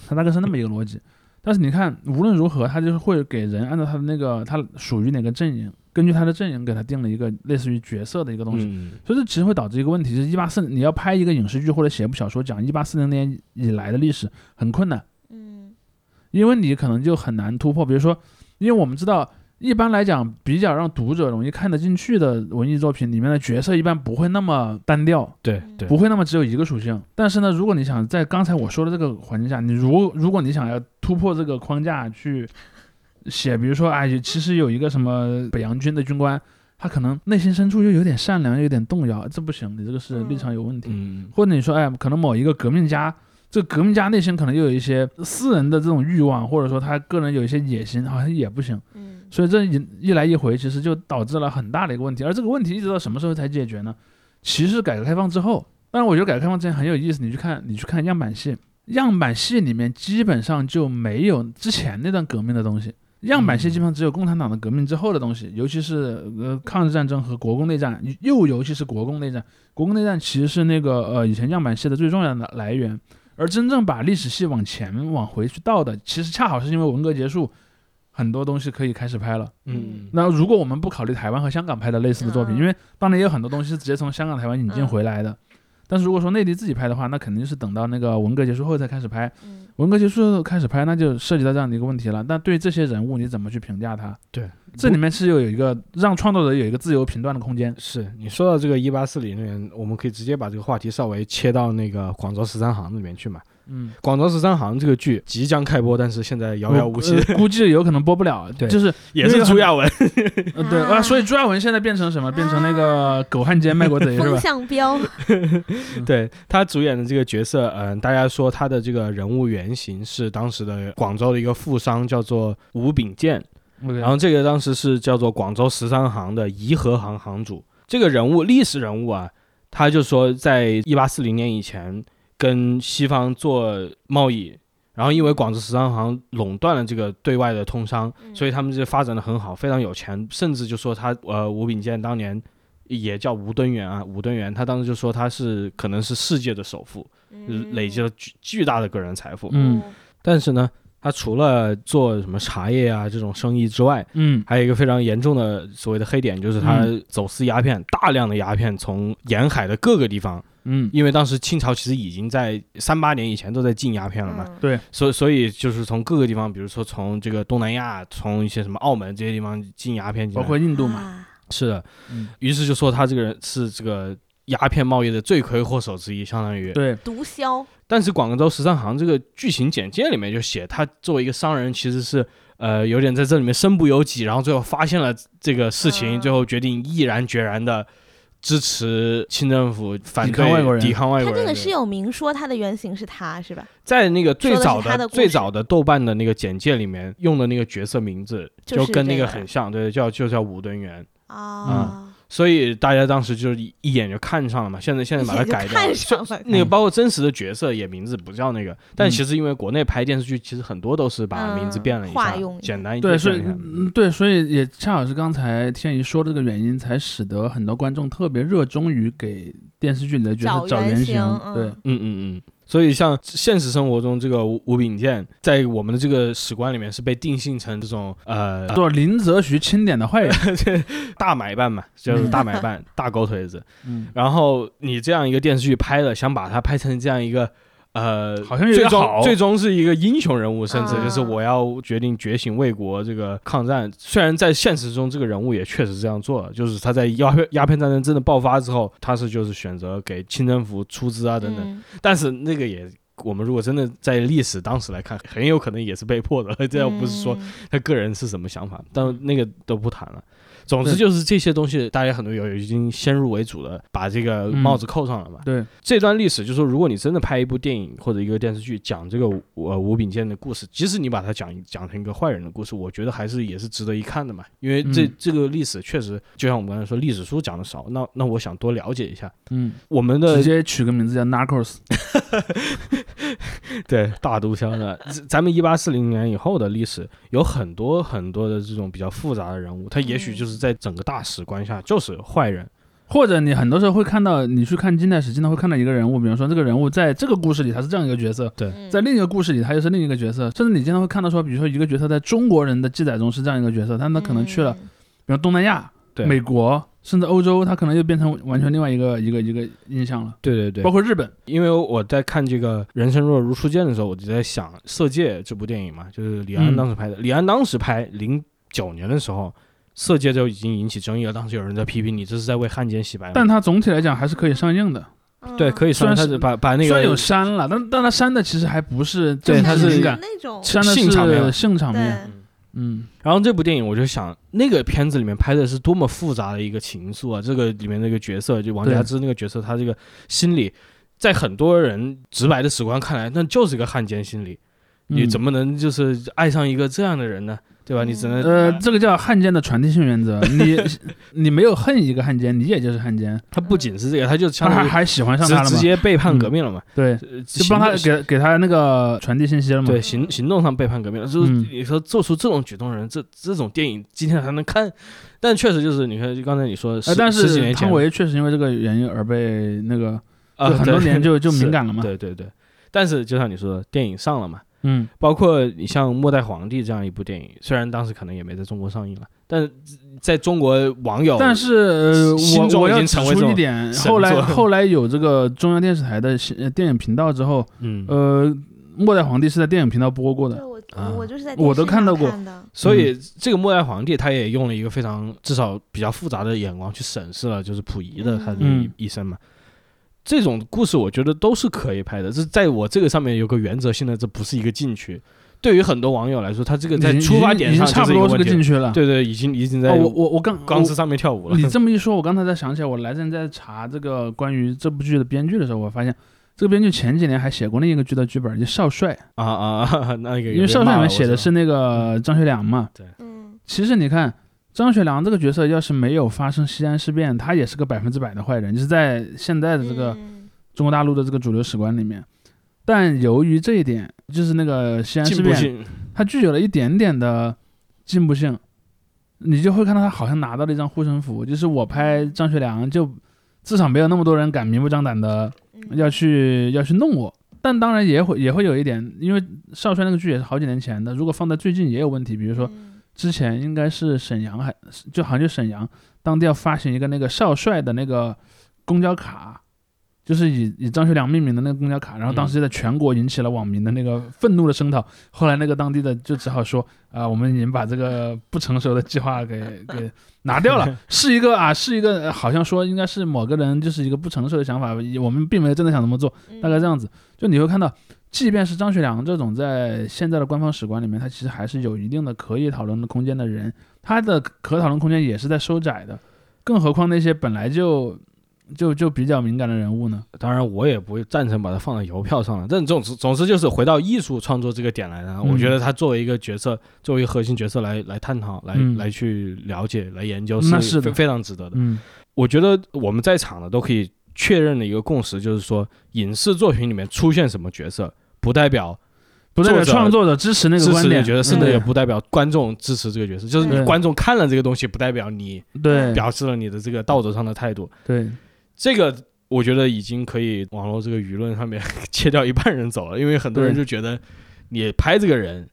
他大概是那么一个逻辑。但是你看，无论如何，他就是会给人按照他的那个他属于哪个阵营，根据他的阵营给他定了一个类似于角色的一个东西。
嗯
所以这其实会导致一个问题，就是一八四你要拍一个影视剧或者写部小说讲一八四零年以来的历史很困难，
嗯
因为你可能就很难突破。比如说，因为我们知道。一般来讲，比较让读者容易看得进去的文艺作品里面的角色，一般不会那么单调，
对对，
不会那么只有一个属性。但是呢，如果你想在刚才我说的这个环境下，你如如果你想要突破这个框架去写，比如说啊，有其实有一个什么北洋军的军官，他可能内心深处又有点善良，又有点动摇，这不行，你这个是
嗯
立场有问题。
嗯
或者你说，哎，可能某一个革命家。这个革命家内心可能又有一些私人的这种欲望，或者说他个人有一些野心，好像也不行。
嗯
所以这一一来一回，其实就导致了很大的一个问题。而这个问题一直到什么时候才解决呢？其实是改革开放之后。当然，我觉得改革开放之前很有意思，你去看，你去看样板戏，样板戏里面基本上就没有之前那段革命的东西。样板戏基本上只有共产党的革命之后的东西，尤其是呃抗日战争和国共内战，又尤其是国共内战。国共内战其实是那个呃以前样板戏的最重要的来源，而真正把历史系往前往回去倒的，其实恰好是因为文革结束，很多东西可以开始拍了。
嗯
那如果我们不考虑台湾和香港拍的类似的作品，
嗯
因为当年也有很多东西是直接从香港、台湾引进
嗯
回来的，但是如果说内地自己拍的话，那肯定是等到那个文革结束后再开始拍。
嗯
文革结束后开始拍，那就涉及到这样的一个问题了。那对这些人物你怎么去评价他？
对，
这里面是有有一个让创作者有一个自由评断的空间。
是你说到这个一八四零年，我们可以直接把这个话题稍微切到那个广州十三行里面去嘛。
嗯，
广州十三行这个剧即将开播，但是现在遥遥无 (laughs) 期，
呃估计有可能播不了。
对
就是
也是朱亚文。
呃对
啊
啊，所以朱亚文现在变成什么？变成那个狗汉奸卖国贼是
风
吧？
向标，
对他主演的这个角色，嗯、大家说他的这个人物原型是当时的广州的一个富商，叫做吴秉鉴。 (laughs) 然
然
后这个当时是叫做广州十三行的颐和行行主。这个人物，历史人物啊，他就说在一八四零年以前跟西方做贸易，然后因为广州十三行垄断了这个对外的通商，
嗯
所以他们就发展的很好，非常有钱，甚至就说他呃吴秉鉴当年。也叫吴敦元啊，吴敦元，他当时就说他是可能是世界的首富，
嗯
累积了巨巨大的个人财富。
嗯，
但是呢，他除了做什么茶叶啊这种生意之外，
嗯
还有一个非常严重的所谓的黑点，就是他
嗯
走私鸦片，大量的鸦片从沿海的各个地方，
嗯
因为当时清朝其实已经在三八年以前都在禁鸦片了嘛，
嗯
对
所以所以就是从各个地方，比如说从这个东南亚，从一些什么澳门这些地方进鸦片进来，
包括印度嘛。
啊
是的，
嗯
于是就说他这个人是这个鸦片贸易的罪魁祸首之一，相当于。
对，
毒枭，
但是广州十三行这个剧情简介里面就写，他作为一个商人，其实是呃有点在这里面身不由己，然后最后发现了这个事情，
嗯
最后决定毅然决然的支持清政府，反对
抵抗外国人
抵抗外
他
国人
这个是有明说他的原型是他是吧？
在那个最早
说的是他的故事
最早的豆瓣的那个简介里面用的那个角色名字，
就是
跟那
这个
很像，对，叫就叫武敦元。
啊，
所以大家当时就是一一眼就看上了嘛，现在现在把它
一眼就
改掉了
看，上了，
嗯
那个包括真实的角色也名字不叫那个，但其实因为国内拍电视剧，其实很多都是把名字变了一
嗯
下，
化用一下
简单一
对，
点
所
变
以
一下。
嗯对，所以也恰好是刚才天怡说的这个原因，才使得很多观众特别热衷于给电视剧里的角色
找
原
原
型
型。嗯
对，
嗯嗯嗯。所以像现实生活中这个吴吴秉鉴，在我们的这个史观里面是被定性成这种呃 (laughs)
做林则徐钦点的坏人。
大买办嘛，就是大买办、大狗腿子。
(laughs) 嗯，
然后你这样一个电视剧拍了，想把它拍成这样一个。呃，
好像有
最
点
终
好嗯
最终是一个英雄人物，甚至
啊
就是我要决定觉醒为国这个抗战。虽然在现实中这个人物也确实这样做了，就是他在鸦片鸦片战争真的爆发之后，他是就是选择给清政府出资啊等等，
嗯
但是那个也。我们如果真的在历史当时来看，很有可能也是被迫的， (laughs) 这要不是说
嗯
他个人是什么想法，但那个都不谈了。总之就是这些东西，大家很多友已经先入为主的把这个帽子扣上了嘛。
对，
这段历史就是说，如果你真的拍一部电影或者一个电视剧，讲这个吴呃吴秉鉴的故事，即使你把它讲讲成一个坏人的故事，我觉得还是也是值得一看的嘛。因为这、
嗯
这个历史确实，就像我们刚才说，历史书讲的少，那那我想多了解一下
嗯，
我们的
直接取个名字叫 Narcos。
对，大毒枭的，咱咱们一八四零年以后的历史有很多很多的这种比较复杂的人物，他也
嗯
许就是在整个大史观下就是坏人，
或者你很多时候会看到，你去看近代史，经常会看到一个人物，比方说这个人物在这个故事里他是这样一个角色，
嗯
在另一个故事里他又是另一个角色，甚至你经常会看到说，比如说一个角色在中国人的记载中是这样一个角色，但他
嗯
可能去了，，比如东南亚、
对
美国，甚至欧洲，他可能又变成完全另外一个一个一个印象了，
对对对
包括日本。
因为我在看这个《人生若如初见》的时候，我就在想《色戒》这部电影嘛，就是李安
嗯
当时拍的。李安当时拍零九年的时候，《色戒》就已经引起争议了，当时有人在批评你这是在为汉奸洗白嘛。
但它总体来讲还是可以上映的，
对，可
以
以算
虽然
是
是
把把那
虽然
个
有删了，但但它删的其实还不是
对
正
它
式
是
情
一
感，
那种
删的
性场面
是性场面。
对
嗯，
然后这部电影，我就想，那个片子里面拍的是多么复杂的一个情愫啊！这个里面那个角色，就王
对
佳芝那个角色，他这个心理，在很多人直白的史观看来，那就是一个汉奸心理。你
嗯
怎么能就是爱上一个这样的人呢？对吧？你只能，
呃，这个叫汉奸的传递性
(laughs)
原则。你你没有恨一个汉奸，你也就是汉奸。
他不仅是这个，呃他就
他
相
还
当于
还喜欢上他了
(laughs) 直直
嘛？
接背叛革命了嘛？
对，
呃
就帮他
行
给给他那个传递信息了嘛？
对行行动上背叛革命了，就是
嗯
你说做出这种举动的人，这这种电影今天还能看？但确实就是你看，就刚才你说的
呃，
十，
但
十几
是
年前
汤唯确实因为这个原因而被那个，
啊，
就很
对
多
(laughs)
年就就是敏感了嘛。
对对对，但是就像你说的，电影上了嘛，
嗯，
包括你像《末代皇帝》这样一部电影，虽然当时可能也没在中国上映了，但是在中国网友
但是呃
哦心
我
中
我
已
要
经
指
成为这
出一
种
点，
神
后来
作
后来有这个中央电视台的新呃电影频道之后，
嗯，
呃，《末代皇帝》是在电影频道播过
对
的。
我
啊
我就是在
我
电视
都看
上
到过
看的
所
嗯
以这个《末代皇帝》他也用了一个非常至少比较复杂的眼光去审视了，就是溥仪的他的一
嗯
一生嘛。这种故事我觉得都是可以拍的，这在我这个上面有个原则性的，这不是一个禁区。对于很多网友来说，他这个
已
在
经
出发点
已经
上
已经差
就
不
是一
多
个
是
问
个禁
题。
区了。
对对，已经已经在
哦，我我我刚
钢
我
丝上面跳舞了。
(laughs) 你这么一说，我刚才才想起来，我来之前在查这个关于这部剧的编剧的时候，我发现这个编剧前几年还写过另一个剧的剧本，叫《少帅》，
啊啊，那个有
因为
被
《少帅》
骂
里
了
面写的是那个张学良嘛。
嗯，
其实你看，张学良这个角色要是没有发生西安事变，他也是个百分之百的坏人，就是在现在的这个
嗯
中国大陆的这个主流史观里面。但由于这一点，就是那个西
我
安
知道
事
进步
变，
性，
它具有了一点点的进步性，你就会看到他好像拿到了一张护身符，就是我拍张学良，就至少没有那么多人敢明目张胆的
嗯
要去要去弄我。但当然也会也会有一点，因为少帅那个剧也是好几年前的，如果放在最近也有问题，比如说
嗯
之前应该是沈阳还就好像就沈阳当地要发行一个那个少帅的那个公交卡，就是以以张学良命名的那个公交卡，然后当时就在全国引起了网民的那个愤怒的声讨。后来那个当地的就只好说啊、我们已经把这个不成熟的计划给给拿掉了，是一个啊是一个呃好像说应该是某个人就是一个不成熟的想法，我们并没有真的想这么做，
嗯
大概这样子。就你会看到，即便是张学良这种在现在的官方史观里面，他其实还是有一定的可以讨论的空间的人，他的可讨论空间也是在收窄的。更何况那些本来就就就比较敏感的人物呢？
当然我也不会赞成把它放到邮票上了。但总之总之就是回到艺术创作这个点来呢，我
嗯
觉得它作为一个角色，作为一个核心角色来来探讨、来
嗯
来去了解、来研究，
那
是
是的
非非常值得的。
嗯
我觉得我们在场的都可以确认的一个共识就是说，影视作品里面出现什么角色，不代表
不代表
作者
创作者支持那个
支
观
持这
点，嗯
个角色，甚至
对
也不代表观众支持这个角色。就是你
对
观众看了这个东西，不代表你
对
表示了你的这个道德上的态度。
对
这个我觉得已经可以网络这个舆论上面 (laughs) 切掉一半人走了，因为很多人
对
就觉得你拍这个人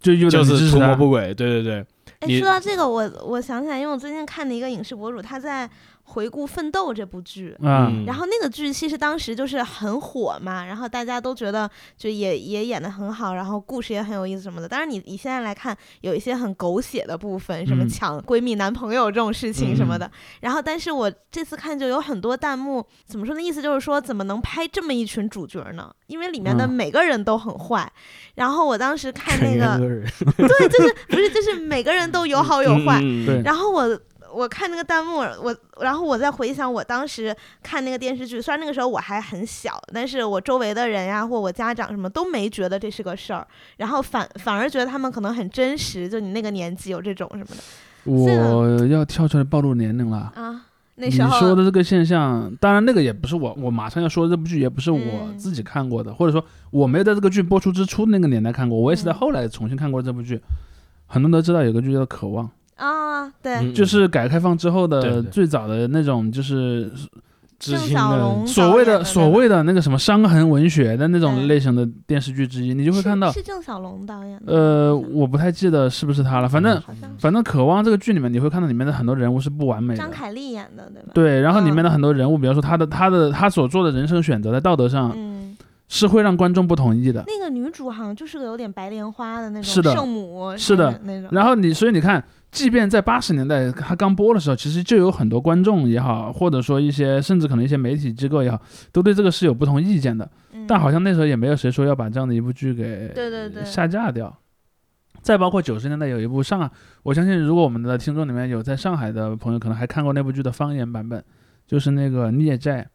就就
就是图谋不轨，对对对，
哎，
你
说到这个，我我想起来，因为我最近看的一个影视博主，他在回顾《奋斗》这部剧。
啊，
嗯
然后那个剧其实当时就是很火嘛，然后大家都觉得就也也演得很好，然后故事也很有意思什么的。当然你你现在来看，有一些很狗血的部分，什么
嗯
抢闺蜜男朋友这种事情什么的。
嗯
然后但是我这次看就有很多弹幕怎么说呢？意思就是说怎么能拍这么一群主角呢？因为里面的
嗯
每个人都很坏。然后我当时看
全
那
员
个，
恶人，
对，就是不是就是每个人都有好有坏，
嗯，
对
然后我我看那个弹幕，我然后我再回想我当时看那个电视剧，虽然那个时候我还很小，但是我周围的人呀、或我家长什么都没觉得这是个事儿，然后反反而觉得他们可能很真实，就你那个年纪有这种什么的
我要跳出来暴露年龄了。
啊。那
你
时
说
候
的这个现象，当然那个也不是我，我马上要说的这部剧也不是我
嗯
自己看过的，或者说我没有在这个剧播出之初那个年代看过，我也是在
嗯
后来重新看过这部剧。很多人都知道有个剧叫《渴望》，
啊，对，
嗯
就是改革开放之后
对
的
对
最早的那种，就是
知
郑
青
晓
的
龙
所谓
导演
的
的
所谓的那个什么伤痕文学的那种
嗯
类型的电视剧之一，你就
就
会看到
是，郑晓龙导演的，
呃，我不太记得是不是他了，
嗯
反正
好像是
反正《渴望》这个剧里面，你会看到里面的很多人物是不完美的
张，凯丽演的，对吧？，
对，然后里
嗯
面的很多人物，比方说他的他的他所做的人生选择在道德上
嗯，
是会让观众不同意的。
那个女主好像就是个有点白莲花的那
啊
种
是的
圣母，
是的
那种，
然后你所以你看，即便在八十年代他刚播的时候，其实就有很多观众也好，或者说一些甚至可能一些媒体机构也好，都对这个是有不同意见的。
嗯
但好像那时候也没有谁说要把这样的一部剧给
对对对
下架掉。再包括九十年代有一部上海，我相信如果我们的听众里面有在上海的朋友，可能还看过那部剧的方言版本，就是那个《孽债》。《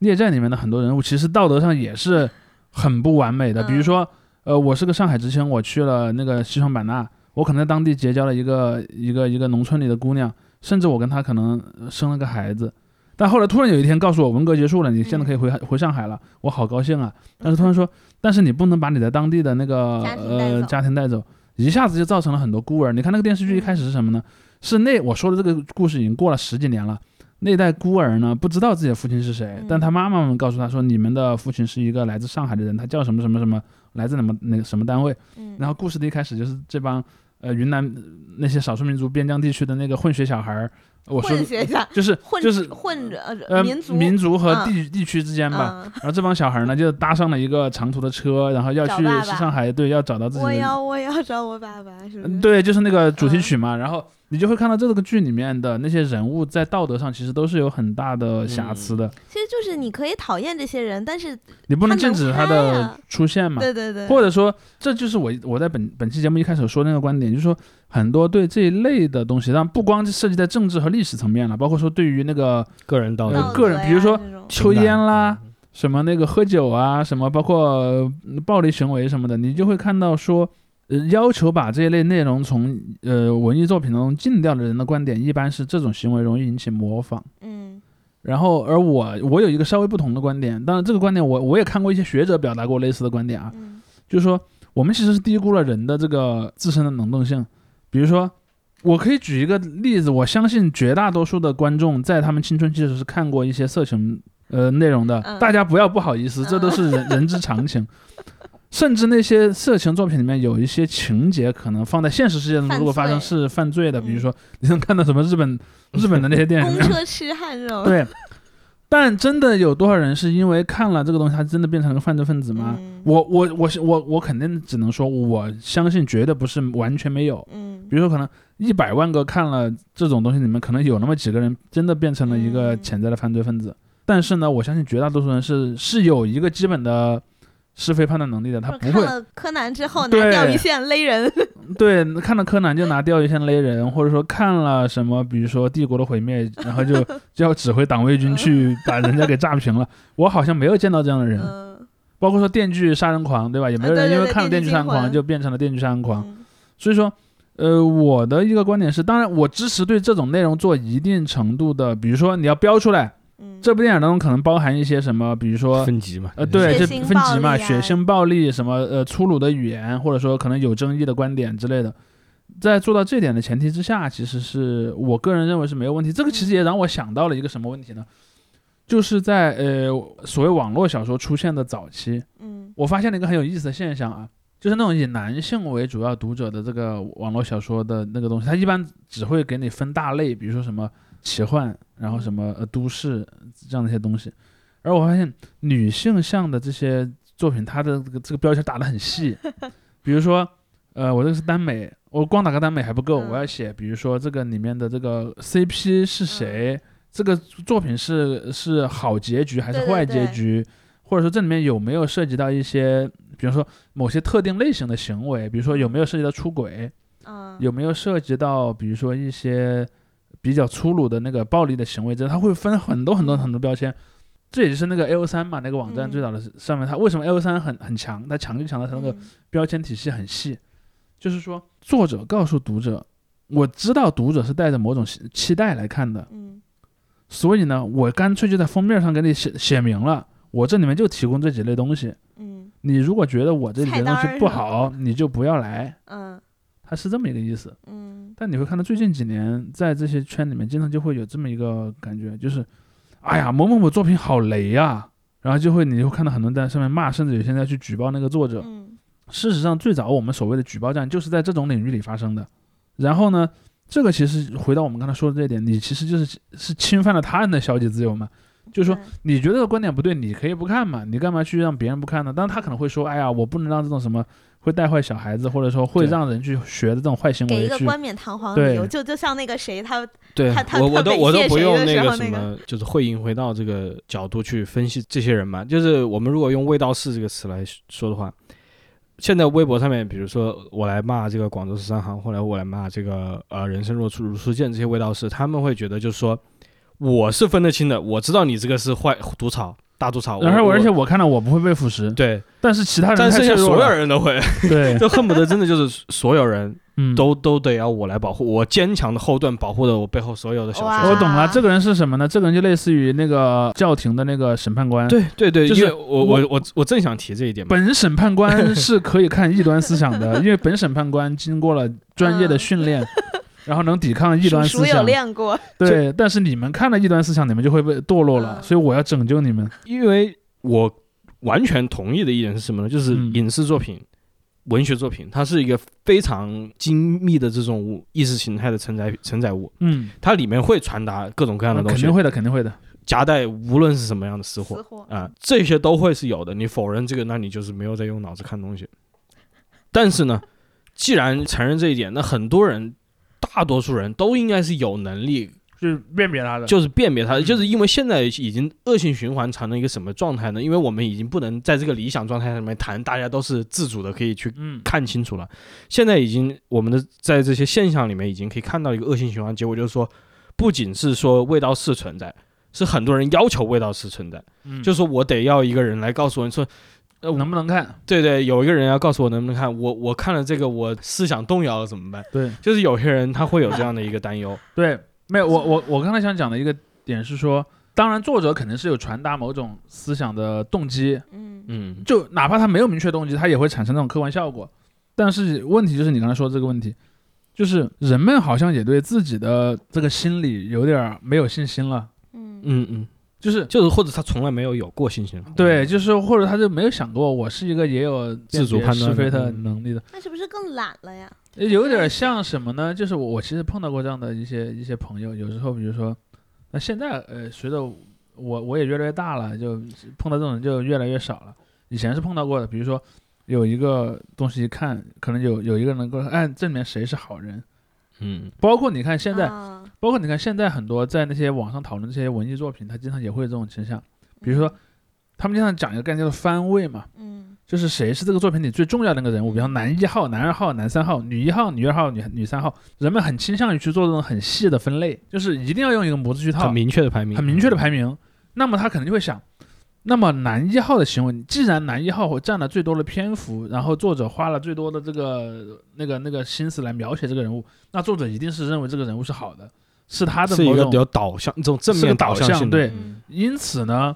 孽债》里面的很多人物其实道德上也是很不完美的，比如
嗯
说，呃，我是个上海知青，我去了那个西双版纳，我可能在当地结交了一个一个一个农村里的姑娘，甚至我跟她可能呃生了个孩子，但后来突然有一天告诉我文革结束了，你现在可以回、
嗯
回上海了，我好高兴啊！但是突然说，但是你不能把你在当地的那个
家庭带
呃
走
家庭带走，一下子就造成了很多孤儿。你看那个电视剧一开始是什么
嗯
呢？是那我说的这个故事已经过了十几年了。那代孤儿呢，不知道自己的父亲是谁，
嗯
但他妈妈们告诉他说，你们的父亲是一个来自上海的人，他叫什么什么什么，来自什么那个什么单位。
嗯，
然后故事的一开始就是这帮呃云南呃那些少数民族边疆地区的那个混血小孩儿，我说
(laughs) 混血一下，
就是
混
就是
混着呃
呃
民族
民族和
嗯
地、地区之间吧。
嗯
然后这帮小孩儿呢，就搭上了一个长途的车，然后要
找
去
爸爸
上海，对，要找到自己
我
的，
要嗯我要找我爸爸，是不是？
嗯，对，就是那个主题曲嘛。然后你就会看到这个剧里面的那些人物在道德上其实都是有很大的瑕疵的，
其实就是你可以讨厌这些人，但是
你不能禁止他
他能拍
的
啊
出现嘛。
对对对，
或者说，这就是我我在本本期节目一开始说那个观点，就是说很多对这一类的东西，让不光涉及在政治和历史层面了，包括说对于那个
个人道
呃
德嗯
道德
个人
呀
比如说
这种
抽烟啦，什么那个喝酒啊，什么包括呃暴力行为什么的，你就会看到说，呃，要求把这一类内容从呃文艺作品中禁掉的人的观点，一般是这种行为容易引起模仿。
嗯
然后，而我我有一个稍微不同的观点，当然这个观点我我也看过一些学者表达过类似的观点啊，
嗯
就是说我们其实是低估了人的这个自身的能动性。比如说，我可以举一个例子，我相信绝大多数的观众在他们青春期的时候是看过一些色情呃内容的，
嗯
大家不要不好意思，这都是人、 (laughs) 人之常情。甚至那些色情作品里面有一些情节，可能放在现实世界中，
犯
如果发生
罪
是犯罪的，比如
嗯
说你能看到什么
(laughs)
日本日本的那些电影
公，车痴汉这种，
对。但真的有多少人是因为看了这个东西，他真的变成了个犯罪分子吗？
嗯
我我我我我肯定只能说，我相信绝对不是完全没有。
嗯
比如说，可能一百万个看了这种东西里面，可能有那么几个人真的变成了一个
嗯
潜在的犯罪分子。但是呢，我相信绝大多数人是是有一个基本的是非判断能力的，他
或者看
不会
了柯南之后拿
对
钓鱼线勒人，
对看了柯南就拿钓鱼线勒人，或者说看了什么，比如说《帝国的毁灭》，然
(laughs)
后就就要指挥党卫军去把人家给炸平了。我好像没有见到这样的人，
嗯
包括说《电锯杀人狂》，对吧？也没有
啊对
人因为
对对
看了《
电
电锯
锯
杀人
惊
狂》
魂
就变成了《电锯杀人狂》。
嗯
所以说，呃，我的一个观点是，当然我支持对这种内容做一定程度的，比如说你要标出来，
嗯，
这部电影当中可能包含一些什么，比如说。
分级嘛，(laughs)
呃，对，
血
这
腥
分级嘛，
暴力啊
血腥暴力什么，呃，粗鲁的语言，或者说可能有争议的观点之类的，在做到这点的前提之下，其实是我个人认为是没有问题。这个其实也让我想到了一个什么问题呢？就是在呃所谓网络小说出现的早期，
嗯
我发现了一个很有意思的现象啊，就是那种以男性为主要读者的这个网络小说的那个东西，它一般只会给你分大类，比如说什么奇幻，然后什么呃都市这样的一些东西。而我发现女性向的这些作品，它的这个这个标签打得很细，比如说呃我这个是耽美，我光打个耽美还不够，
嗯
我要写比如说这个里面的这个 CP 是谁。这个作品是是好结局还是
对对
坏
对
结局，或者说这里面有没有涉及到一些，比如说某些特定类型的行为，比如说有没有涉及到出轨，
嗯，
有没有涉及到比如说一些比较粗鲁的那个暴力的行为，这它会分很多很多很多标签。这也就是那个 A O 三嘛，那个网站
嗯
最早的上面，它为什么 A O 三很很强？它强就强在它那个
嗯
标签体系很细，就是说作者告诉读者，我知道读者是带着某种期期待来看的，
嗯
所以呢，我干脆就在封面上给你写写明了，我这里面就提供这几类东西。
嗯
你如果觉得我这里的东
菜单
西
儿
不
是吧
好，你就不要来，
嗯
它是这么一个意思。
嗯
但你会看到最近几年在这些圈里面，经常就会有这么一个感觉，就是，哎呀，某某某作品好雷呀、然后就会你会看到很多人在上面骂，甚至有些人要去举报那个作者。
嗯
事实上，最早我们所谓的举报战就是在这种领域里发生的。然后呢，这个其实回到我们刚才说的这一点，你其实就是是侵犯了他人的消极自由嘛。就是说
对，
你觉得的观点不对，你可以不看嘛，你干嘛去让别人不看呢？但是他可能会说，哎呀，我不能让这种什么会带坏小孩子，或者说会
对
让人去学的这种坏行
给
为
一个
去。
冠冕堂皇
对
理由，就就像那个谁他
对
他他
我我
他
都
猥
我都
亵
不
谁
用
的
那
时
个
候
什
那个
么，就是会引回到这个角度去分析这些人嘛。就是我们如果用“味道是”这个词来说的话，现在微博上面，比如说我来骂这个广州十三行，后来我来骂这个呃人生若处如初见这些味道是，他们会觉得就是说我是分得清的，我知道你这个是坏毒草大毒草，
然后
我
而且我看到我不会被腐蚀，
对，
但是其他人
但
太
剩下
脆弱
所有
了。
人都
(laughs)
会，
对，
就恨不得真的就是所有人
嗯，
都都得要我来保护，我坚强的后盾保护着我背后所有的小学
哇
生
我。懂了。这个人是什么呢？这个人就类似于那个教廷的那个审判官。，
对对对，
嗯就是
因为我我我我正想提这一点嘛。
本审判官是可以看异端思想 (laughs) 的，因为本审判官经过了专业的
嗯
训练，然后能抵抗异端
叔
思
叔有
想。
练过，
对，但是你们看了异端思想，你们就会被堕落了，
嗯
所以我要拯救你们。
因为我完全同意的一点是什么呢？就是
嗯
影视作品、文学作品，它是一个非常精密的这种意识形态的承载承载物，
嗯，
它里面会传达各种各样的东
肯
西
定，会的，肯定会的。
夹带无论是什么样的私货
死火，
啊、这些都会是有的。你否认这个，那你就是没有在用脑子看东西。但是呢，既然承认这一点，那很多人，大多数人都应该是有能力
就是辨别他的
就是辨别它，
嗯
就是因为现在已经恶性循环成了一个什么状态呢？因为我们已经不能在这个理想状态里面谈，大家都是自主的，可以去
嗯，
看清楚了。现在已经我们的在这些现象里面已经可以看到一个恶性循环，结果就是说，不仅是说味道是存在，是很多人要求味道是存在，
嗯
就是说我得要一个人来告诉我，你说
能不能看？
对对，有一个人要告诉我能不能看，我我看了这个我思想动摇了怎么办？
对
就是有些人他会有这样的一个担忧，
对，没有我我我刚才想讲的一个点是说，当然作者肯定是有传达某种思想的动机，
嗯
嗯
就哪怕他没有明确动机，他也会产生那种客观效果。但是问题就是你刚才说的这个问题，就是人们好像也对自己的这个心理有点儿没有信心了，
嗯
嗯嗯，
就是
就是或者他从来没有有过信心，
对，就是或者他就没有想过我是一个也有
嗯自主判断
是
的
非的
嗯
能力的，
那是不是更懒了呀？
有点像什么呢？就是我我其实碰到过这样的一些一些朋友，有时候比如说，那现在呃随着我我也越来越大了，就碰到这种人就越来越少了。以前是碰到过的，比如说有一个东西一看，可能有有一个人过来，哎，这里面谁是好人？
嗯，
包括你看现在，
啊
包括你看现在很多在那些网上讨论这些文艺作品，他经常也会有这种倾向。比如说，他们经常讲一个概念叫做番位嘛，
嗯
就是谁是这个作品里最重要的那个人物，比方男一号、男二号、男三号、女一号、女二号、女女三号，人们很倾向于去做这种很细的分类，就是一定要用一个模式去套，
很
很明
明确的排名，
确的排名。那么他可能就会想，那么男一号的行为，既然男一号会占了最多的篇幅，然后作者花了最多的这个那个那个心思来描写这个人物，那作者一定是认为这个人物是好的，是他的
是一
某
个
种
比较导向，这种正
是个
面
导
向
向
性的
对
嗯
因此呢，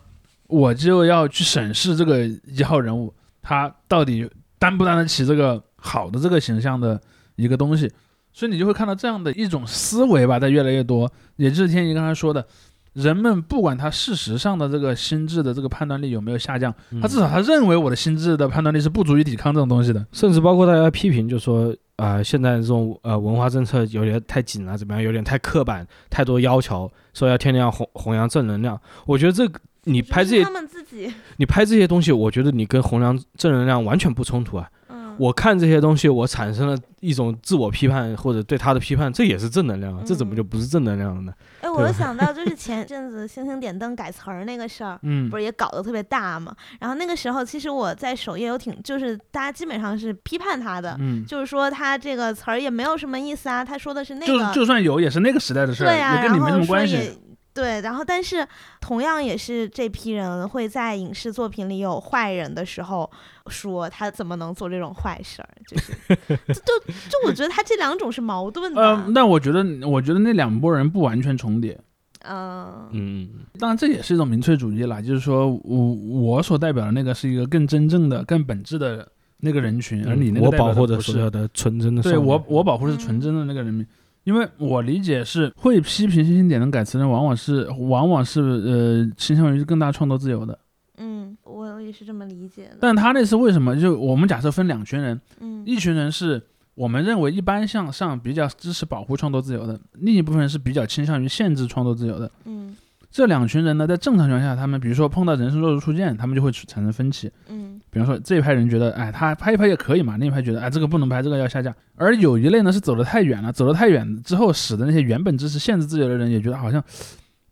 我就要去审视这个一号人物，他到底担不担得起这个好的这个形象的一个东西。所以你就会看到这样的一种思维吧，在越来越多。也就是天一刚才说的，人们不管他事实上的这个心智的这个判断力有没有下降，
嗯
他至少他认为我的心智的判断力是不足以抵抗这种东西的。
甚至包括大家批评，就说啊、呃现在这种呃文化政策有点太紧了，怎么样，有点太刻板，太多要求，说要天天要弘弘扬正能量。嗯我觉得这个你
就是
拍这些
他，们自己，
你拍这些东西，我觉得你跟弘扬正能量完全不冲突啊。
嗯，
我看这些东西，我产生了一种自我批判或者对他的批判，这也是正能量啊，这怎么就不是正能量了呢？
哎，我又想到就是前阵子星星点灯改词儿那个事儿，
嗯
不，是也搞得特别大嘛？然后那个时候，其实我在首页有挺，就是大家基本上是批判他的，
嗯，
啊就是说他这个词儿也没有什么意思啊，他说的是那
就
个，
就算有，也是那个时代的事儿，
对呀、
也跟
然
你没什
后
么
说
关
也
系。
对，然后但是同样也是这批人会在影视作品里有坏人的时候，说他怎么能做这种坏事儿，就是
(laughs)
就就就我觉得他这两种是矛盾的，
呃，那我觉得，我觉得那两拨人不完全重叠。
嗯
嗯，嗯
当然，这也是一种民粹主义啦，就是说我我所代表的那个是一个更真正的、更本质的那个人群，而你那
嗯
个
我
代表
保护的
不
所有
是，
的纯真的少嗯
对
女，
我我保护的是纯真的那个人民，因为我理解是会批评新兴点的改词人，往往是往往是呃倾向于更大创作自由的，
嗯，我也是这么理解的，
但他那是为什么？就我们假设分两群人，
嗯
一群人是我们认为一般向上比较支持保护创作自由的，另一部分人是比较倾向于限制创作自由的。
嗯
这两群人呢，在正常情况下，他们比如说碰到人生弱智触见，他们就会产生分歧。
嗯
比方说这一派人觉得，哎，他拍一拍也可以嘛，另一派觉得，哎，这个不能拍，这个要下架。而有一类呢是走得太远了，走得太远之后，使得那些原本支持限制自由的人也觉得好像。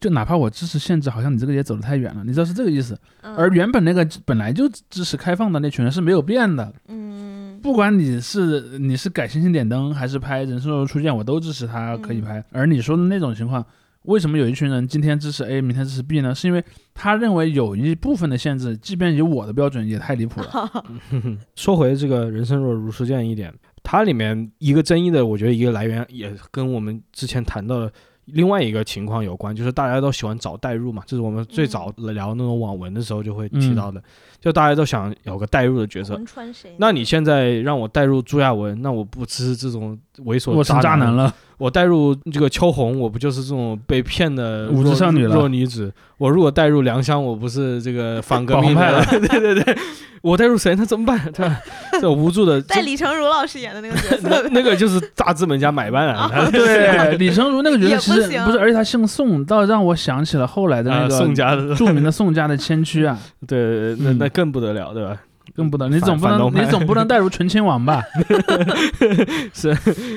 就哪怕我支持限制，好像你这个也走得太远了，你知道是这个意思。
嗯，
而原本那个本来就支持开放的那群人是没有变的，
嗯
不管你是你是改星星点灯还是拍人生若出现，我都支持他
嗯
可以拍。而你说的那种情况，为什么有一群人今天支持 A，明天支持 B 呢？是因为他认为有一部分的限制，即便以我的标准也太离谱了。
(laughs)
嗯
说回这个人生若如初见一点，它里面一个争议的，我觉得一个来源也跟我们之前谈到的另外一个情况有关，就是大家都喜欢找代入嘛，这是我们最早聊那种网文的时候就会提到的，
嗯
就大家都想有个代入的角色。
魂穿谁呢？
那你现在让我代入朱亚文，那我不吃这种猥琐
我成渣男
了。
了，
我代入这个秋红，我不就是这种被骗的
无知
弱
少女了
弱女子？我如果代入良香，我不是这个反革
(laughs) 保
命
皇派
的
了
(laughs) 对对对，我代入谁？那怎么办？ (laughs) 他这无助
(laughs)
的，
在
这
李成儒老师演的那个角
那
色，
那个就是大资本家买办
(laughs)
啊！他
(laughs) 对李成儒那个角
也
色
不
其实
行
不是，而且他姓宋，倒让我想起了后来的那
啊
个、
宋家的，
著名的宋家的先驱啊，
(laughs) 对，那
嗯
那更不得了，对吧？
更不能，你总不
反动
能
派
你总不能带入纯亲
(laughs)
王吧？
嗯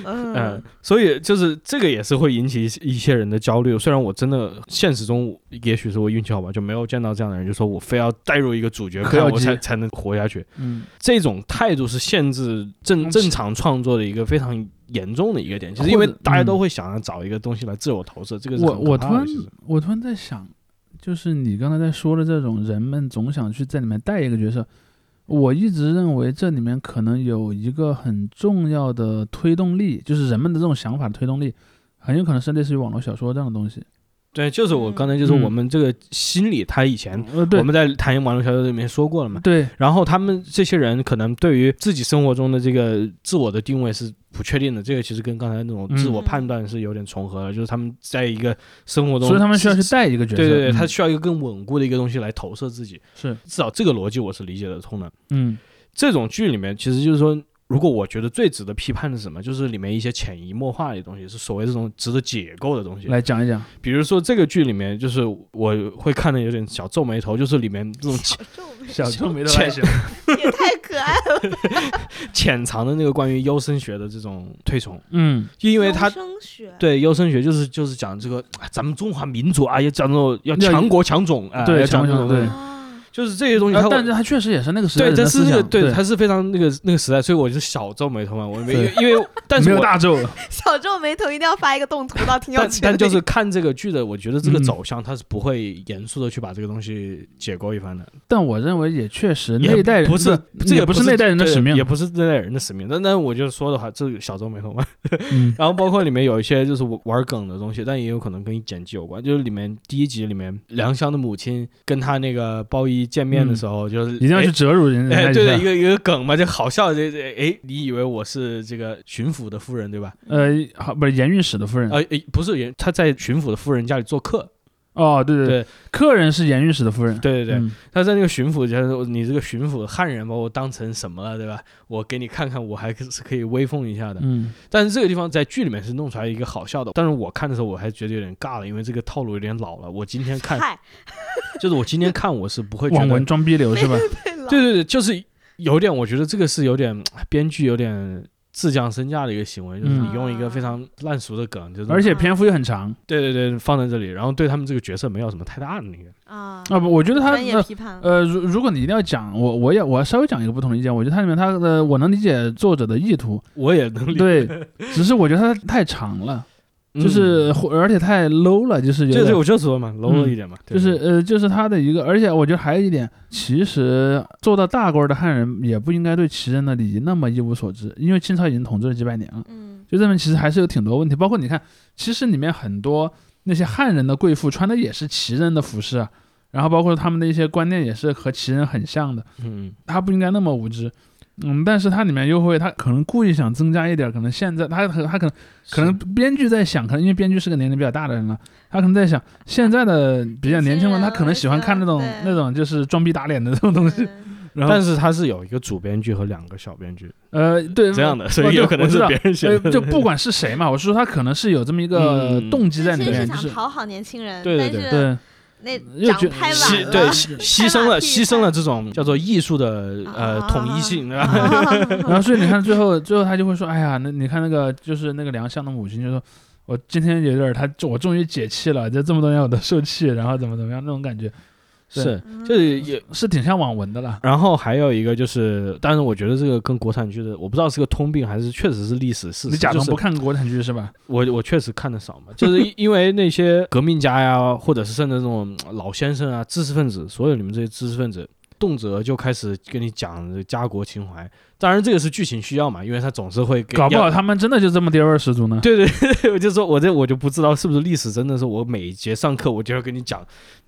嗯，
所以就是这个也是会引起一些一些人的焦虑。虽然我真的现实中，也许是我运气好吧，就没有见到这样的人，就说我非要带入一个主角，
柯
看
耀
我才
基
才能活下去。
嗯，
这种态度是限制正
嗯
正常创作的一个非常严重的一个点，其
或
实
者
因为大家都会想要找一个东西来自嗯我投射，这个是
我
很
我
可
突
怕
然
的其实
我突然在想，就是你刚才在说的这种人们总想去在里面带一个角色，我一直认为这里面可能有一个很重要的推动力，就是人们的这种想法的推动力，很有可能是类似于网络小说这样的东西。
对，就是我
嗯
刚才就是
嗯
我们这个心理，他以前
呃，
我
对
们在谈《网络小说》里面说过了嘛，
对，
然后他们这些人可能对于自己生活中的这个自我的定位是不确定的，这个其实跟刚才那种自我
嗯
判断是有点重合的，就是他们在一个生活中，
所以他们需要去带一个角色。
对对对，他
嗯
需要一个更稳固的一个东西来投射自己，
是
至少这个逻辑我是理解得通的。
嗯
这种剧里面，其实就是说，如果我觉得最值得批判的是什么，就是里面一些潜移默化的东西，是所谓这种值得解构的东西。
来讲一讲，
比如说这个剧里面，就是我会看的有点小皱眉头，就是里面这种潜 (laughs)
小皱眉
小
臭
没
得来行 (laughs)
也太可爱了，
潜藏的那个关于优生学的这种推崇，
嗯
就因为他
优生学，
对优生学就是就是讲这个啊咱们中华民族啊，要讲这种要
要
强国强种啊，
对
要讲这种
强国强种
啊，
就是这些东西
啊
它会。
但是他确实也是那个时代
对，
人
这
的
是
思
那个
想，
对，
对，
它是非常那个那个时代，所以我就小皱眉头嘛，我没
对
因为 (laughs) 但是
没有
我
大皱，
小皱眉头一定 (laughs) 要发一个动图到，挺有
但
趣的。
但就是看这个剧的，我觉得这个
嗯
走向它是不会严肃的去把这个东西解构一番的，
但我认为也确实
也
那一代人
不是这
也
个
不
是
是那代人的
对
使命
也，不是那代人的使命。那那我就说的话，这个小皱眉头嘛。
嗯
然后包括里面有一些就是玩玩梗的东西，但也有可能跟剪辑有关。就是里面第一集里面，梁湘的母亲跟她那个包衣见面的时候，就是
嗯一定
(laughs)
要去。折辱人
哎
人家
哎，对
一下
的，一。个一个梗嘛，就好笑。这这，哎，你以为我是这个巡抚的夫人对吧？啊
呃，好，不是严御史的夫人
呃，哎不是，她在巡抚的夫人家里做客，
哦，对对，
对
客人是严御史的夫人。
对对对，
嗯
他在那个巡抚，就是你这个巡抚汉人把我当成什么了，对吧？我给你看看，我还是可以威风一下的。
嗯，
但是这个地方在剧里面是弄出来一个好笑的，但是我看的时候我还觉得有点尬了，因为这个套路有点老了。我今天看，
嗨，
就是我今天看我是不会觉
网文
得，
装逼
(laughs)
流是吧？
对了，
对对对，就是有点，我觉得这个是有点编剧有点自降身价的一个行为，就是你用一个非常烂熟的梗，就是
而且篇幅又很长
对对对放在这里，然后对他们这个角色没有什么太大的那个，
啊，
啊！不，我觉得他
专业
呃
批判了，
呃，如如果你一定要讲，我我也我稍微讲一个不同的意见，我觉得它里面它的我能理解作者的意图，
我也能理，嗯
对，只是我觉得它太长了，就是、或而且太 low 了，就是有
这
点
这我就说嘛，low 了一点嘛，对
就是呃，就是他的一个，而且我觉得还有一点，其实做到大官儿的汉人也不应该对旗人的礼仪那么一无所知，因为清朝已经统治了几百年了，
嗯，
就证明其实还是有挺多问题。包括你看，其实里面很多那些汉人的贵妇穿的也是旗人的服饰啊，然后包括他们的一些观念也是和旗人很像的，
嗯
他不应该那么无知。嗯，但是它里面又会，他可能故意想增加一点，可能现在他可他可能可能编剧在想，可能因为编剧是个年龄比较大的人了，他可能在想现在的比较年轻人，他可能喜欢看那种
年轻人
那种就是装逼打脸的这种东西。
嗯
然后
但是他是有一个主编剧和两个小编剧
呃，对
这样的，所
哦
以
对
有可能
我知
是
道
别人写
呃
的。
就不管是谁嘛，我是说他可能是有这么一个
嗯
动机在里
其实是
面，就
想
是
讨好年轻人，
对对
但
对
是
对
那
又觉
长拍
牺
晚
是
(laughs)
了，
(laughs) 对牺牺牲了牺牲了这种叫做艺术的呃
啊
统一性，对吧？
啊
(laughs)
然后所以你看最后最后他就会说，哎呀，那你看那个就是那个梁相的母亲就说，我今天有点儿他我终于解气了，这这么多年我都受气，然后怎么怎么样那种感觉对
是，就是也。
是挺像网文的啦。
然后还有一个就是，但是我觉得这个跟国产剧的，我不知道是个通病还是确实是历史事实。
你假装
就是
不看国产剧是吧？
我我确实看的少嘛，就是因 (laughs) 因为那些革命家呀，或者是甚至这种呃老先生啊、知识分子，所有你们这些知识分子，动辄就开始跟你讲家国情怀。当然，这个是剧情需要嘛，因为他总是会给
搞不
要
好他们真的就这么爹味儿十足呢。
对对 (laughs) 对，我就说我这我就不知道是不是历史真的是我每一节上课我就要跟你讲，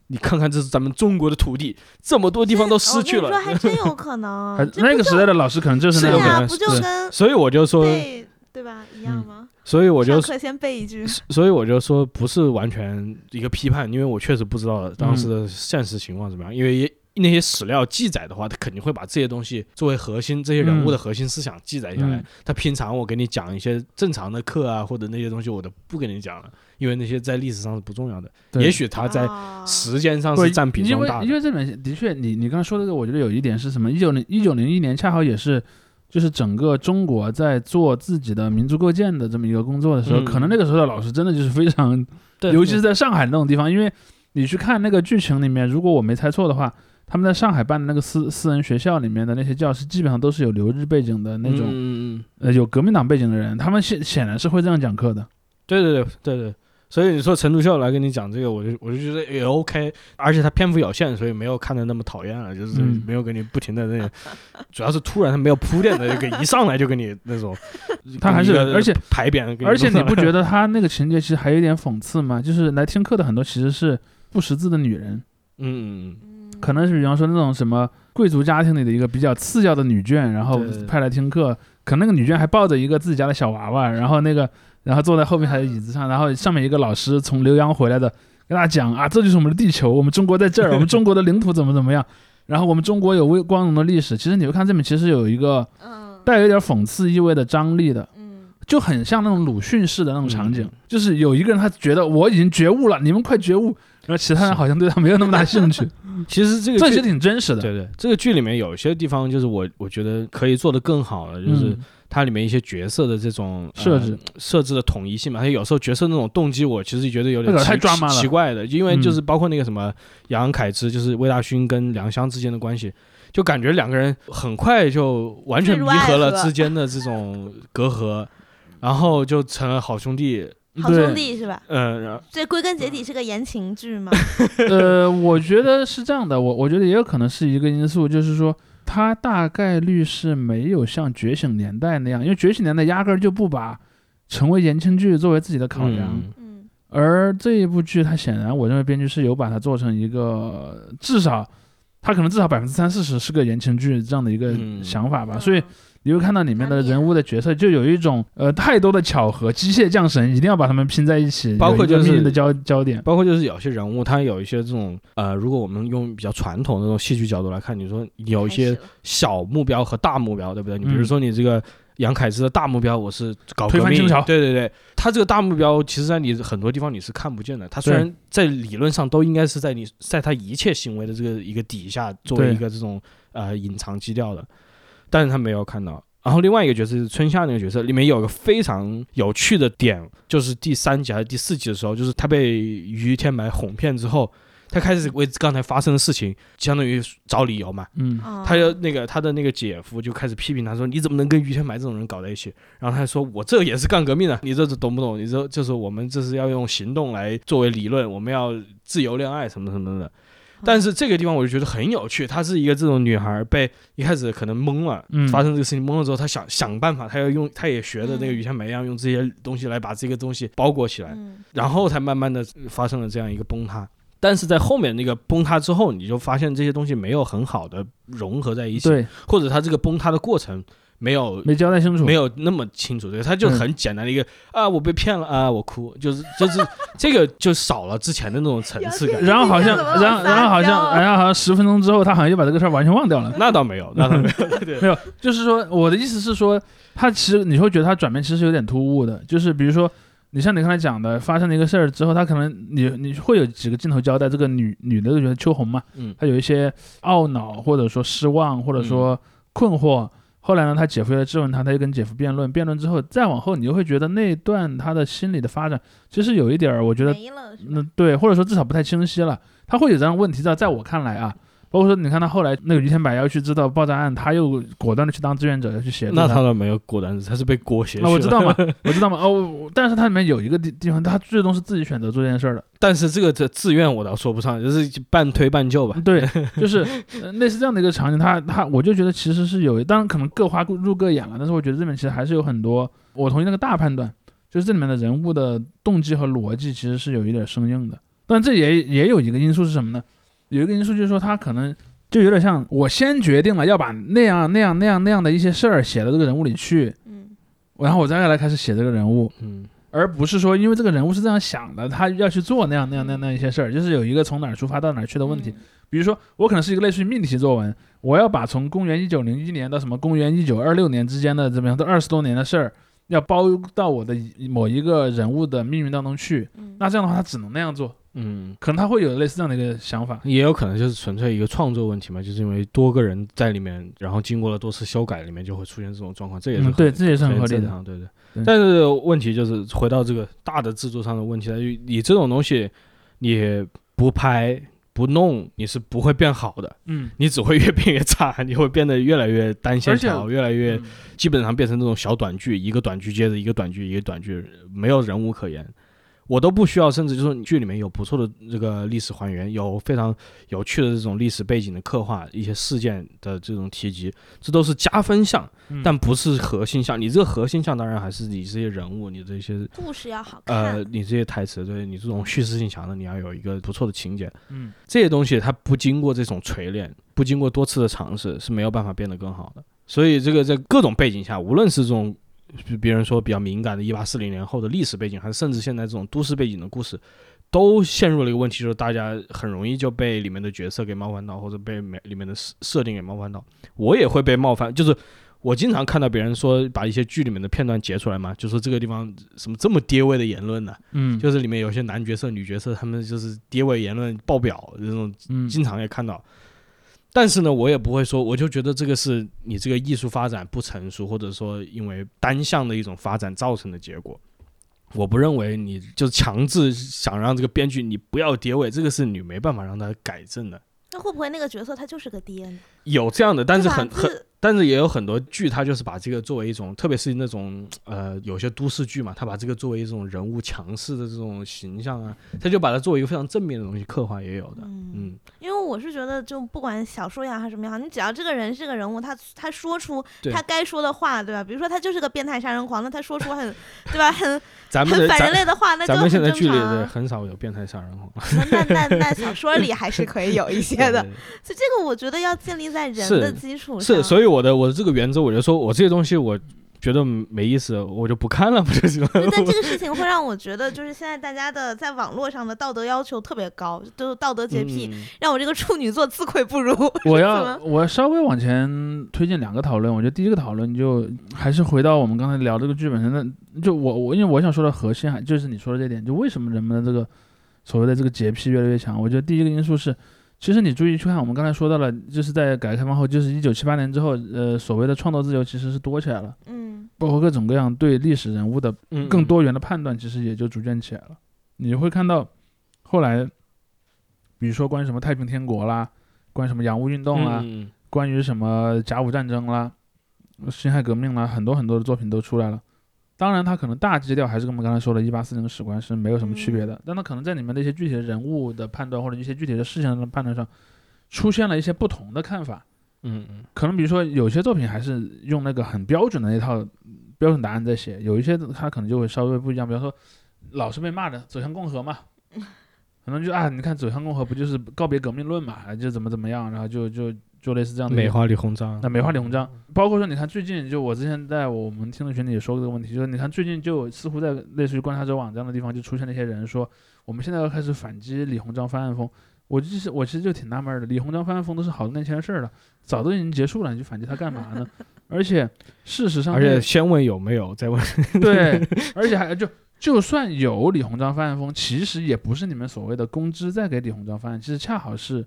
你看看这是咱们中国的土地，这么多地方都失去
我跟
了
你，说，还真有可能
啊
(laughs) 还，
这
那个时代的老师可能就是那
对
有
种
可
呀，
能
不就是跟
所以我就说，
背对吧一样吗？
所以我就
上课先背一句，
所以我就说不是完全一个批判，因为我确实不知道当时
嗯
的现实情况怎么样，因为也那些史料记载的话，他肯定会把这些东西作为核心，这些人物的核心思想记载下来。
嗯
他平常我给你讲一些正常的课啊，或者那些东西我都不跟你讲了，因为那些在历史上是不重要的。
对
也许他在
啊
时间上
不
是占比
因
重
为
大
因
的。
为这本的确，你你刚刚说的这个，我觉得有一点是什么？一九零一九零一年恰好也是，就是整个中国在做自己的民族构建的这么一个工作的时候，
嗯
可能那个时候的老师真的就是非常，尤其是在上海那种地方，因为你去看那个剧情里面，如果我没猜错的话，他们在上海办的那个私私人学校里面的那些教师，基本上都是有留日背景的那种，
嗯嗯嗯，
呃，有革命党背景的人，他们显显然是会这样讲课的。
对对对对对。所以你说陈独秀来跟你讲这个，我就我就觉得也 OK，而且他篇幅有限，所以没有看的那么讨厌了，就是
嗯
没有给你不停的那种，主要是突然他没有铺垫的，就给一上来就给你那种，
(laughs) 他还是
给你一个
而且
牌匾，给
而且你
弄上
不
来 (laughs)
觉得他那个情节其实还有一点讽刺吗？就是来听课的很多其实是不识字的女人，
嗯嗯
可能是比方说那种什么贵族家庭里的一个比较次要的女眷，然后
对
派来听课，可能那个女眷还抱着一个自己家的小娃娃，然后那个然后坐在后面还有椅子上，然后上面一个老师从浏阳回来的跟他讲啊，这就是我们的地球，我们中国
(laughs)
在这儿，我们中国的领土怎么怎么样。然后我们中国有微光荣的历史，其实你会看这里面其实有一个呃
嗯
带有一点讽刺意味的张力的，
嗯
就很像那种鲁迅式的那种场景，
嗯
就是有一个人他觉得我已经觉悟了，你们快
(laughs)
觉悟，然后其他人
是
好像对他没有那么大
(laughs)
兴趣，
嗯，其实这个
这
剧
其实挺真实的。
对对，这个剧里面有些地方就是我我觉得可以做得更好了，就是
嗯
它里面一些角色的这种
设置、
呃设置的统一性嘛，还有有时候角色那种动机，我其实觉得有点
那个
奇
太抓马了
奇怪的，因为
嗯
就是包括那个什么杨凯之，就是魏大勋跟梁湘之间的关系，就感觉两个人很快就完全弥合
坠入爱
了
河
之间的这种隔阂，然后就成了好兄弟。
好兄弟是吧？
嗯，然后
这归根结底是个言情剧嘛。
(laughs)
对，呃，我觉得是这样的，我我觉得也有可能是一个因素，就是说他大概率是没有像《觉醒年代》那样，因为《觉醒年代》压根儿就不把成为言情剧作为自己的考量，
嗯
嗯
而这一部剧，它显然，我认为编剧是有把它做成一个至少，它可能至少百分之三四十是个言情剧这样的一个
嗯
想法吧。
嗯
所以你会看到里面的人物的角色，就有一种呃太多的巧合，机械降神一定要把他们拼在一起，
包括
有一个
就是
命运的焦焦点。
包括就是有些人物，他有一些这种呃，如果我们用比较传统的那种戏剧角度来看，你说有一些小目标和大目标，对不对？你比如
嗯
说你这个杨凯之的大目标，我是搞
推
革
翻
命
清朝
对对对，他这个大目标，其实在你很多地方你是看不见的。他虽
对
然在理论上都应该是在你在他一切行为的这个一个底下，作为
对
一个这种呃隐藏基调的，但是他没有看到。然后另外一个角色是春夏那个角色，里面有个非常有趣的点，就是第三集还是第四集的时候，就是他被于天白哄骗之后，他开始为刚才发生的事情相当于找理由嘛，
嗯，
嗯
他就那个他的那个姐夫就开始批评他说：“你怎么能跟于天白这种人搞在一起？”然后他还说：“我这也是干革命的，你这是懂不懂？你这就是我们这是要用行动来作为理论，我们要自由恋爱什么什么的。”但是这个地方我就觉得很有趣，她是一个这种女孩被一开始可能懵了，
嗯
发生这个事情懵了之后，她想想办法，她要用，她也学的那个于天白一样，用这些东西来把这个东西包裹起来。
嗯
然后才慢慢的发生了这样一个崩塌。但是在后面那个崩塌之后，你就发现这些东西没有很好的融合在一起，
对，
或者它这个崩塌的过程没有嗯
没交代清楚。
没有那么清楚，对，它就很简单的一个、啊，我被骗了啊，我哭，就是就是这个就少了之前的那种层次感。
然后好像，
这 (laughs) 个怎么
然后然后好
撒
像，
娇啊
然后好像十分钟之后，他好像就把这个事儿完全
(laughs)
忘掉了。
那倒没有，那倒没有，对
没有，就是说我的意思是说，他其实你会觉得他转变其实有点突兀的，就是比如说。你像你刚才讲的，发生了一个事儿之后，他可能你你会有几个镜头交代这个女女的这个角色秋红嘛，
(laughs) 嗯
她有一些懊恼或者说失望或者说困惑。后来呢，她姐夫又质问她，她就跟姐夫辩论，辩论之后再往后，你就会觉得那一段她的心理的发展，其实有一点儿，我觉得
没了是吧
那对，或者说至少不太清晰了。他会有这样的问题在在我看来啊，包括说你看他后来那个于天柏要去知道爆炸案，他又果断的去当志愿者，要去协助
那
他
他倒没有，果然他是被裹挟去
啊，
了。
我知道嘛，我知道嘛。哦，我但是它里面有一个地地方，他最终是自己选择做这件事儿的。
但是这个这自愿我倒说不上，就是半推半就吧。
对，就是、呃类似这样的一个场景，他他我就觉得其实是有，当然可能各花入各眼了，但是我觉得这里面其实还是有很多，我同意那个大判断，就是这里面的人物的动机和逻辑其实是有一点生硬的。但这也也有一个因素是什么呢？有一个因素就是说他可能就有点像我先决定了要把那样那样那样那样的一些事儿写到这个人物里去，
嗯
然后我再来开始写这个人物，
嗯，
而不是说因为这个人物是这样想的，他要去做那样那样那样那样一些事儿，就是有一个从哪儿出发到哪儿去的问题。
嗯
比如说，我可能是一个类似于命题作文，我要把从公元一九零一年到什么公元一九二六年之间的怎么样，都二十多年的事儿，要包到我的一某一个人物的命运当中去。
嗯
那这样的话，他只能那样做，
嗯，
可能他会有类似这样的一个想法。
也有可能就是纯粹一个创作问题嘛，就是因为多个人在里面，然后经过了多次修改，里面就会出现这种状况，这也是
嗯，
很
对，这也是很合理
正
的。
常，对对。
对
但是问题就是回到这个大的制作上的问题，在于你这种东西你不拍不弄，你是不会变好的，
嗯，
你只会越变越差，你会变得越来越单线条，
而
越来越基本上变成这种小短剧，一个短剧接着一个短剧，一个短剧，没有人物可言。我都不需要，甚至就是剧里面有不错的这个历史还原，有非常有趣的这种历史背景的刻画，一些事件的这种提及，这都是加分项，
嗯
但不是核心项。你这个核心项当然还是你这些人物，你这些
故事要好看
呃，你这些台词，对你这种叙事性强的，你要有一个不错的情节。
嗯，
这些东西它不经过这种锤炼，不经过多次的尝试，是没有办法变得更好的。所以这个在各种背景下，无论是这种就别人说比较敏感的1840年后的历史背景，还是甚至现在这种都市背景的故事，都陷入了一个问题，就是大家很容易就被里面的角色给冒犯到，或者被美里面的设设定给冒犯到。我也会被冒犯，就是。我经常看到别人说把一些剧里面的片段截出来嘛，就说这个地方什么这么爹味的言论呢、
嗯，
就是里面有些男角色、女角色，他们就是爹味言论爆表这种
嗯
经常也看到。但是呢，我也不会说，我就觉得这个是你这个艺术发展不成熟，或者说因为单向的一种发展造成的结果。我不认为你就强制想让这个编剧你不要跌位，这个是你没办法让他改正的。
那会不会那个角色他就是个爹呢？
有这样的，但是
对吧啊
很
就
很，但是也有很多剧，它就是把这个作为一种，特别是那种呃有些都市剧嘛，它把这个作为一种人物强势的这种形象啊，它就把它作为一个非常正面的东西刻画，也有的。
嗯，
嗯，
因为我是觉得，就不管小说也好还是什么也好，你只要这个人是个人物，他他说出
对
他该说的话，对吧？比如说他就是个变态杀人狂，那他说出很，对吧？很
(laughs) 咱们
很
的
反人
咱
类的话，那就
咱们
很
现在
正
剧里
常
对
啊。
很少有变态杀人
(laughs)
狂，
那那那那小说里还是可以有一些的，
对
所以这个我觉得要建立在人
是
的基础上。
是，所以我的我的这个原则，我就说我这些东西我觉得没意思，我就不看了，不就行了？(laughs)
对，但这个事情会让我觉得，就是现在大家的在网络上的道德要求特别高，都是道德洁癖，
嗯
让我这个处女座自愧不如。 (laughs)
我
是
要
吗
我稍微往前推荐两个讨论，我觉得第一个讨论就还是回到我们刚才聊这个剧本身的，就我我因为我想说的核心还就是你说的这点，就为什么人们的这个所谓的这个洁癖越来越强？我觉得第一个因素是，其实你注意去看，我们刚才说到了，就是在改革开放后，就是一九七八年之后，呃，所谓的创作自由其实是多起来了，
(laughs) 嗯，
包括各种各样对历史人物的
嗯
更多元的判断，其实也就逐渐起来了。你会看到后来，比如说关于什么太平天国啦，关于什么洋务运动啊啦。
嗯嗯
关于什么甲午战争啦、辛亥革命啦，很多很多的作品都出来了。当然，它可能大基调还是跟我们刚才说的《一八四零史观》是没有什么区别的，但它可能在里面的一些具体的人物的判断或者一些具体的事情的判断上，出现了一些不同的看法。
嗯嗯
可能比如说有些作品还是用那个很标准的那套嗯标准答案在写，有一些他可能就会稍微不一样，比方说老是被骂的走向共和嘛，可能就啊，你看走向共和不就是告别革命论嘛，啊就怎么怎么样，然后就就就类似这样
嗯，
的
美化里红章，
那梅花里红章，包括说你看最近就我之前在我们听众群里也说过这个问题，就是你看最近就似乎在类似于观察者网这样的地方就出现了一些人说，我们现在要开始反击李鸿章翻案风。我其实我其实就挺纳闷儿的，李鸿章翻案风都是好多年前的事儿了，早都已经结束了，你去反击他干嘛呢？ (laughs) 而且事实上
而
那个，
且先问有没有，再问
(laughs) 对，而且还就就算有李鸿章翻案风，其实也不是你们所谓的公知在给李鸿章翻案，其实恰好是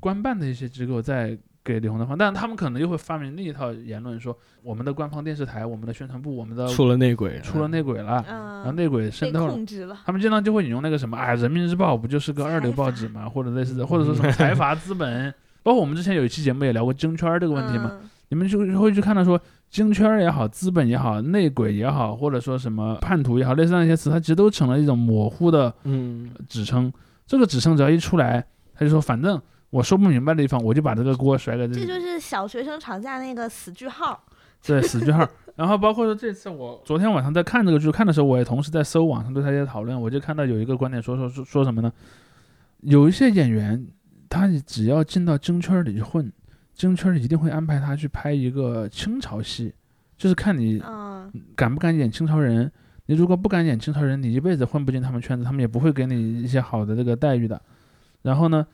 官办的一些机构在给李鸿章翻案，但他们可能又会发明另一套言论说，我们的官方电视台、我们的宣传部、我们的
出了内鬼，
呃
啊
出了内鬼了，然后
嗯，
内鬼渗
被
透了。
控制了。
他们经常就会引用那个什么，哎，《人民日报》不就是个二流
财
报
阀
纸嘛，或者类似的，或者说什么财阀资本，包括我们之前有一期节目也聊过京圈儿这个问题嘛，
嗯
你们就会去看到说，京圈儿也好，资本也好，内鬼也好，或者说什么叛徒也好，类似那些词，它其实都成了一种模糊的
嗯，
指称。这个指称只要一出来，他就说，反正我说不明白的地方，我就把这个锅甩给
这
己，
就是小学生吵架那个死句号。
对死
(laughs)
句号。然后包括说这次我昨天晚上在看这个剧看的时候，我也同时在搜网上对他一些讨论，我就看到有一个观点说说说说什么呢？有一些演员，他只要进到京圈儿里去混，京圈儿一定会安排他去拍一个清朝戏，就是看你
嗯，
敢不敢演清朝人？你如果不敢演清朝人，你一辈子混不进他们圈子，他们也不会给你一些好的这个待遇的。然后呢，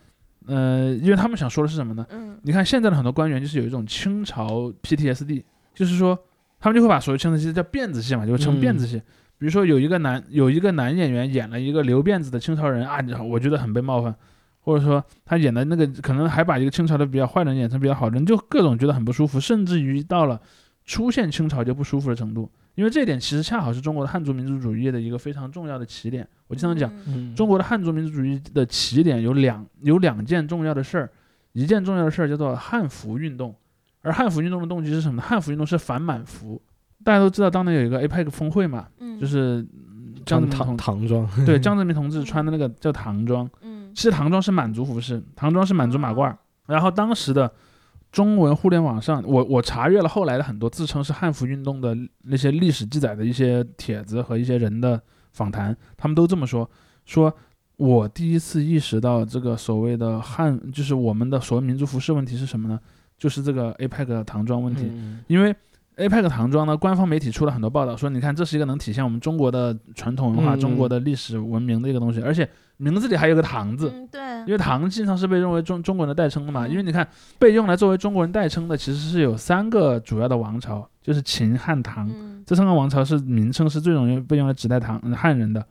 呃，因为他们想说的是什么呢？
嗯，
你看现在的很多官员就是有一种清朝 PTSD，就是说他们就会把所有清朝戏叫辫子戏嘛，就会成辫子戏。比如说有一个男有一个男演员演了一个留辫子的清朝人啊，你我觉得很被冒犯，或者说他演的那个可能还把一个清朝的比较坏人演成比较好人，就各种觉得很不舒服，甚至于到了出现清朝就不舒服的程度。因为这一点其实恰好是中国的汉族民族主义的一个非常重要的起点。我经常讲，
嗯，
嗯
中国的汉族民族主义的起点有两有两件重要的事儿，一件重要的事儿叫做汉服运动，而汉服运动的动机是什么呢？汉服运动是反满服。大家都知道，当年有一个 APEC 峰会嘛，
嗯，
就是嗯
穿
江泽民
唐
同
唐装，
对江泽民同志穿的那个叫唐装，
嗯，
其实唐装是满族服饰，唐装是满族马褂儿。然后当时的中文互联网上，我我查阅了后来的很多自称是汉服运动的那些历史记载的一些帖子和一些人的访谈，他们都这么说：说我第一次意识到这个所谓的汉，就是我们的所谓民族服饰问题是什么呢？就是这个 APEC 唐装问题。
嗯 (laughs)
因为 APEC 唐装呢，官方媒体出了很多报道，说你看这是一个能体现我们中国的传统文化、
嗯
中国的历史文明的一个东西，而且名字里还有个唐字，
嗯，对
因，为唐经常是被认为中中国人的代称的嘛。
嗯
因为你看，被用来作为中国人代称的，其实是有三个主要的王朝，就是秦、汉、唐。
嗯，
这三个王朝是名称是最容易被用来指代唐汉人的，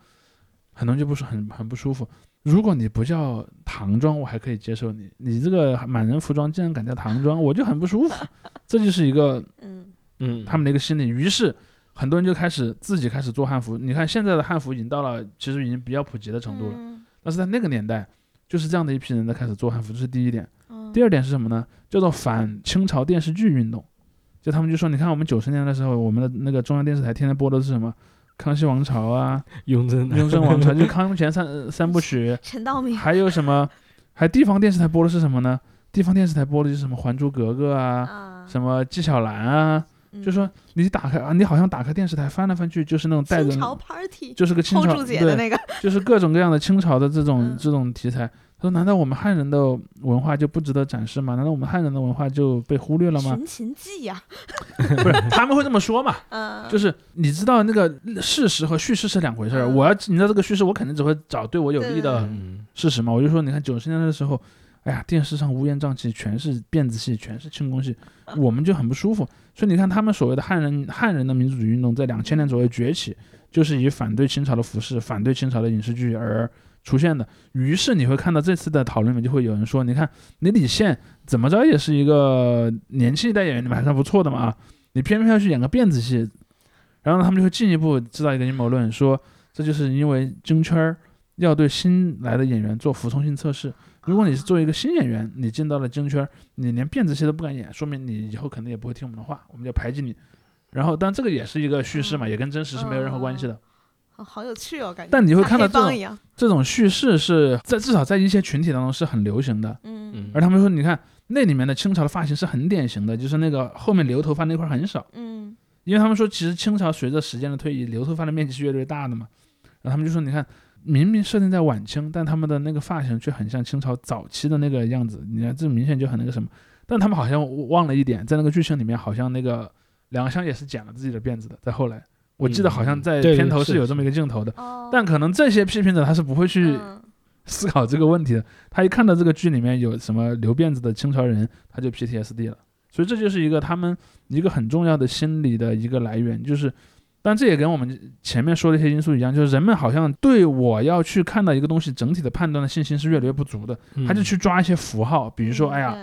很多人就不是很很不舒服。如果你不叫唐装，我还可以接受你，你这个满人服装竟然敢叫唐装，我就很不舒
(laughs)
服。这就是一个
嗯，
嗯，
他们的一个心理，于是很多人就开始自己开始做汉服。你看现在的汉服已经到了，其实已经比较普及的程度了，
嗯
但是在那个年代，就是这样的一批人在开始做汉服，这是第一点。
嗯
第二点是什么呢？叫做反清朝电视剧运动。就他们就说，你看我们九十年代的时候，我们的那个中央电视台天天播的是什么？康熙王朝啊，
雍正的
(laughs) 雍正王朝，就是康雍乾三呃三部曲，
陈道明，
还有什么还地方电视台播的是什么呢？地方电视台播的就是什么《还珠格格》啊，
啊，嗯
什么纪晓岚啊，就说你打开啊，你好像打开电视台翻来翻去，就是那种带
清
着
朝 party
就是个清
hold
朝
住姐的
对，
那个，
就是各种各样的清朝的这种、
嗯
这种题材。他说：“难道我们汉人的文化就不值得展示吗？难道我们汉人的文化就被忽略了吗？
寻秦记》呀，
不是， (laughs) 他们会这么说嘛？
嗯，
就是你知道那个事实和叙事是两回事儿。
嗯
我要你知道这个叙事，我肯定只会找对我有利的
嗯，
事实嘛。我就说，你看九十年代的时候，哎呀，电视上乌烟瘴气，全是辫子戏，全是庆功戏，我们就很不舒服。所以你看，他们所谓的汉人汉人的民主主义运动，在两千年左右崛起，就是以反对清朝的服饰、反对清朝的影视剧而出现的。于是你会看到这次的讨论里面就会有人说，你看你李现怎么着也是一个年轻一代演员，你们还算不错的嘛啊，你偏偏要去演个辫子戏，然后他们就会进一步知道一个阴谋论，说这就是因为京圈儿要对新来的演员做服从性测试。如果你是作为一个新演员，你进到了京圈儿，你连辫子戏都不敢演，说明你以后肯定也不会听我们的话，我们就排挤你。然后，但这个也是一个叙事嘛，
嗯
也跟真实是没有任何关系的。
哦好有趣哦，感觉。
但你会
像
看到
黑
这
帮
种
一样，
这种叙事是在至少在一些群体当中是很流行的。
嗯
而他们说，你看那里面的清朝的发型是很典型的，就是那个后面留头发那块儿很少。
嗯
因为他们说，其实清朝随着时间的推移，留头发的面积是越来越大的嘛。然后他们就说，你看，明明设定在晚清，但他们的那个发型却很像清朝早期的那个样子。你看，这明显就很那个什么。但他们好像忘了一点，在那个剧情里面，好像那个良乡也是剪了自己的辫子的。在后来，我记得好像在
嗯对对
片头
是
是有这么一个镜头的。
哦，
但可能这些批评者他是不会去
嗯
思考这个问题的。他一看到这个剧里面有什么留辫子的清朝人，他就 PTSD 了。所以这就是一个他们一个很重要的心理的一个来源，就是，但这也跟我们前面说的一些因素一样，就是人们好像对我要去看到一个东西整体的判断的信心是越来越不足的，
嗯
他就去抓一些符号，比如
嗯
说，哎呀，，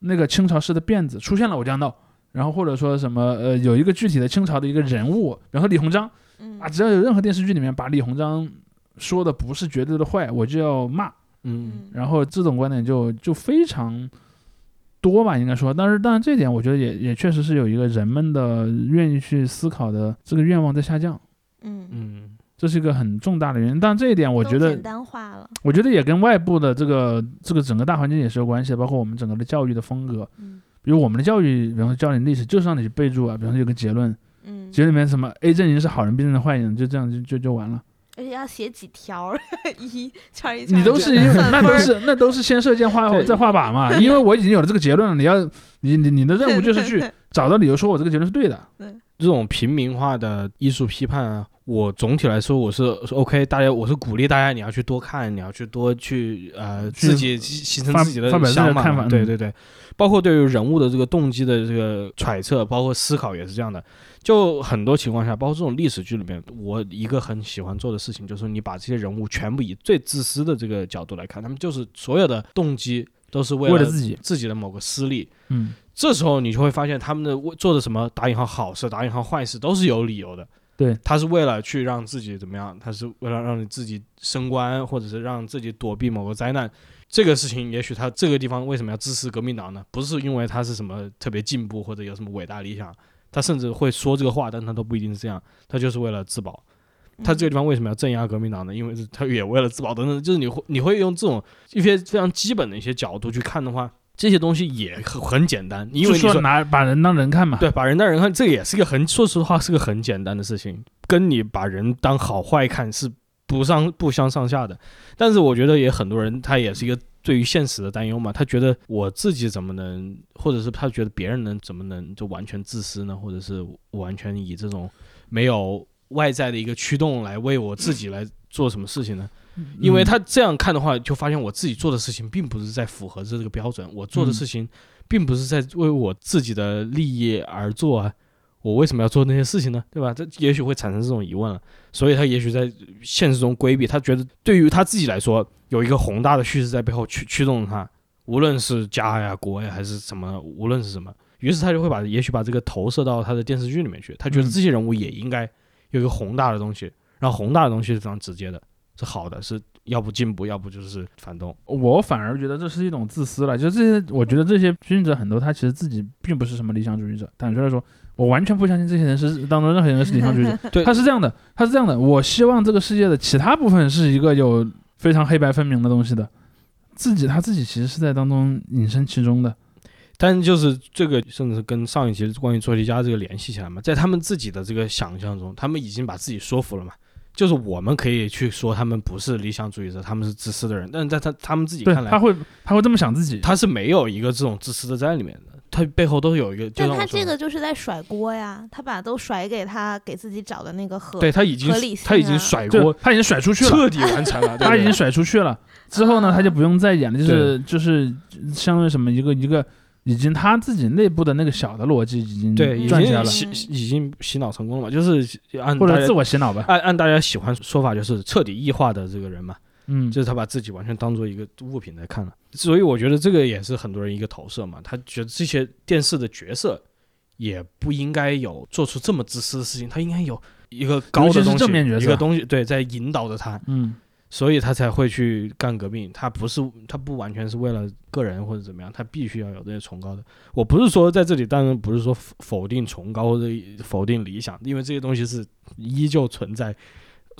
那个清朝式的辫子出现了，我就要闹。然后或者说什么呃，有一个具体的清朝的一个人物，比方说李鸿章
嗯
啊，只要有任何电视剧里面把李鸿章说的不是绝对的坏，我就要骂。
嗯，
嗯，
然后这种观点就就非常多吧，应该说。但是，当然这一点我觉得也也确实是有一个人们的愿意去思考的这个愿望在下降，
嗯嗯，
嗯
这是一个很重大的原因。但这一点我
都
觉得
简，单化了，
我觉得也跟外部的这个这个整个大环境也是有关系的，包括我们整个的教育的风格。
嗯
比如我们的教育，比方说教你历史，就是让你去备注啊，比方说有个结论，
嗯，
结论里面什么 A 阵营是好人，B 阵营是坏人，就这样就就就完了。
而且要写几条， (laughs) 一圈儿一圈儿的，
你都是因为
算
那
分
都
儿
是那都是先射箭画
对
再画靶嘛，因为我已经有了这个结论了，你要你你你的 (laughs) 任务就
(laughs)
是
嗯
去找到理由说我这个结论是对的。
这种平民化的艺术批判啊，我总体来说我是是 OK，大家我是鼓励大家你要去多看，你要去多去呃
去
自己形形
发
成自己的
发表自己的
想法，
看法
对
嗯
对对，包括对于人物的这个动机的这个揣测，包括思考也是这样的。就很多情况下，包括这种历史剧里面，我一个很喜欢做的事情就是你把这些人物全部以最自私的这个角度来看，他们就是所有的动机都是为
为了
了
自己
自己的某个私利，
嗯，
这时候你就会发现他们的为做的什么打引号好事、打引号坏事都是有理由的。
对，
他是为了去让自己怎么样？他是为了让你自己升官，或者是让自己躲避某个灾难。这个事情，也许他这个地方为什么要支持革命党呢？不是因为他是什么特别进步或者有什么伟大理想，他甚至会说这个话，但他都不一定是这样，他就是为了自保。他这个地方为什么要镇压革命党呢？因为是他也为了自保等等，就是你会你会用这种一些非常基本的一些角度去看的话，这些东西也很很简单。因为你
就说
说
拿把人当人看嘛，
对，把人当人看，这个也是一个很说实话是个很简单的事情，跟你把人当好坏看是不上不相上下的。但是我觉得也很多人他也是一个对于现实的担忧嘛，他觉得我自己怎么能，或者是他觉得别人能怎么能就完全自私呢？或者是完全以这种没有外在的一个驱动来为我自己来做什么事情呢？
嗯，
因为他这样看的话，就发现我自己做的事情并不是在符合这个标准，我做的事情并不是在为我自己的利益而做啊，我为什么要做那些事情呢？对吧？这也许会产生这种疑问了，所以他也许在现实中规避，他觉得对于他自己来说，有一个宏大的叙事在背后驱驱动着他，无论是家呀、国呀还是什么，无论是什么，于是他就会把也许把这个投射到他的电视剧里面去，他觉得
嗯
这些人物也应该有一个宏大的东西，然后宏大的东西是非常直接的。是好的，是要不进步，要不就是反动。
我反而觉得这是一种自私了。就这些，我觉得这些批评者很多，他其实自己并不是什么理想主义者。坦率来说，我完全不相信这些人是当中任何人是理想主义
(laughs)
者。
对
他是这样的，他是这样的。我希望这个世界的其他部分是一个有非常黑白分明的东西的，自己他自己其实是在当中隐身其中的。
但就是这个，甚至是跟上一集关于作曲家这个联系起来嘛，在他们自己的这个想象中，他们已经把自己说服了嘛。就是我们可以去说他们不是理想主义者，他们是自私的人，但是在他他们自己
对，
看来
他，会他会这么想自己。
他是没有一个这种自私的在里面的，他背后都是有一个。就
但
像我
他
说
这
的
个就是在甩锅呀，他把都甩给他给自己找的那个和
对他已经
合理性
他已经
啊
甩
就
锅，
他已经甩出去了，
彻底完成了，对不
(laughs) 他已
对
经甩出去了。之后呢，
啊
他就不用再演了，就是就是相当于什么一个一个已经他自己内部的那个小的逻辑已经
对已
转起
经
来嗯
洗
了，
洗已经洗脑成功了嘛，就是按
或
大
者
家
自我洗脑吧。
按按大家喜欢说法，就是彻底异化的这个人嘛。
嗯，
就是他把自己完全当做一个物品来看了。所以我觉得这个也是很多人一个投射嘛，他觉得这些电视的角色也不应该有做出这么自私的事情，他应该有一个高的
尤其是
东西，
正面角色
一个东西对在引导着他，
嗯，
所以他才会去干革命。他不是他不完全是为了个人或者怎么样，他必须要有这些崇高的。我不是说在这里，当然不是说否否定崇高或者否定理想，因为这些东西是依旧存在，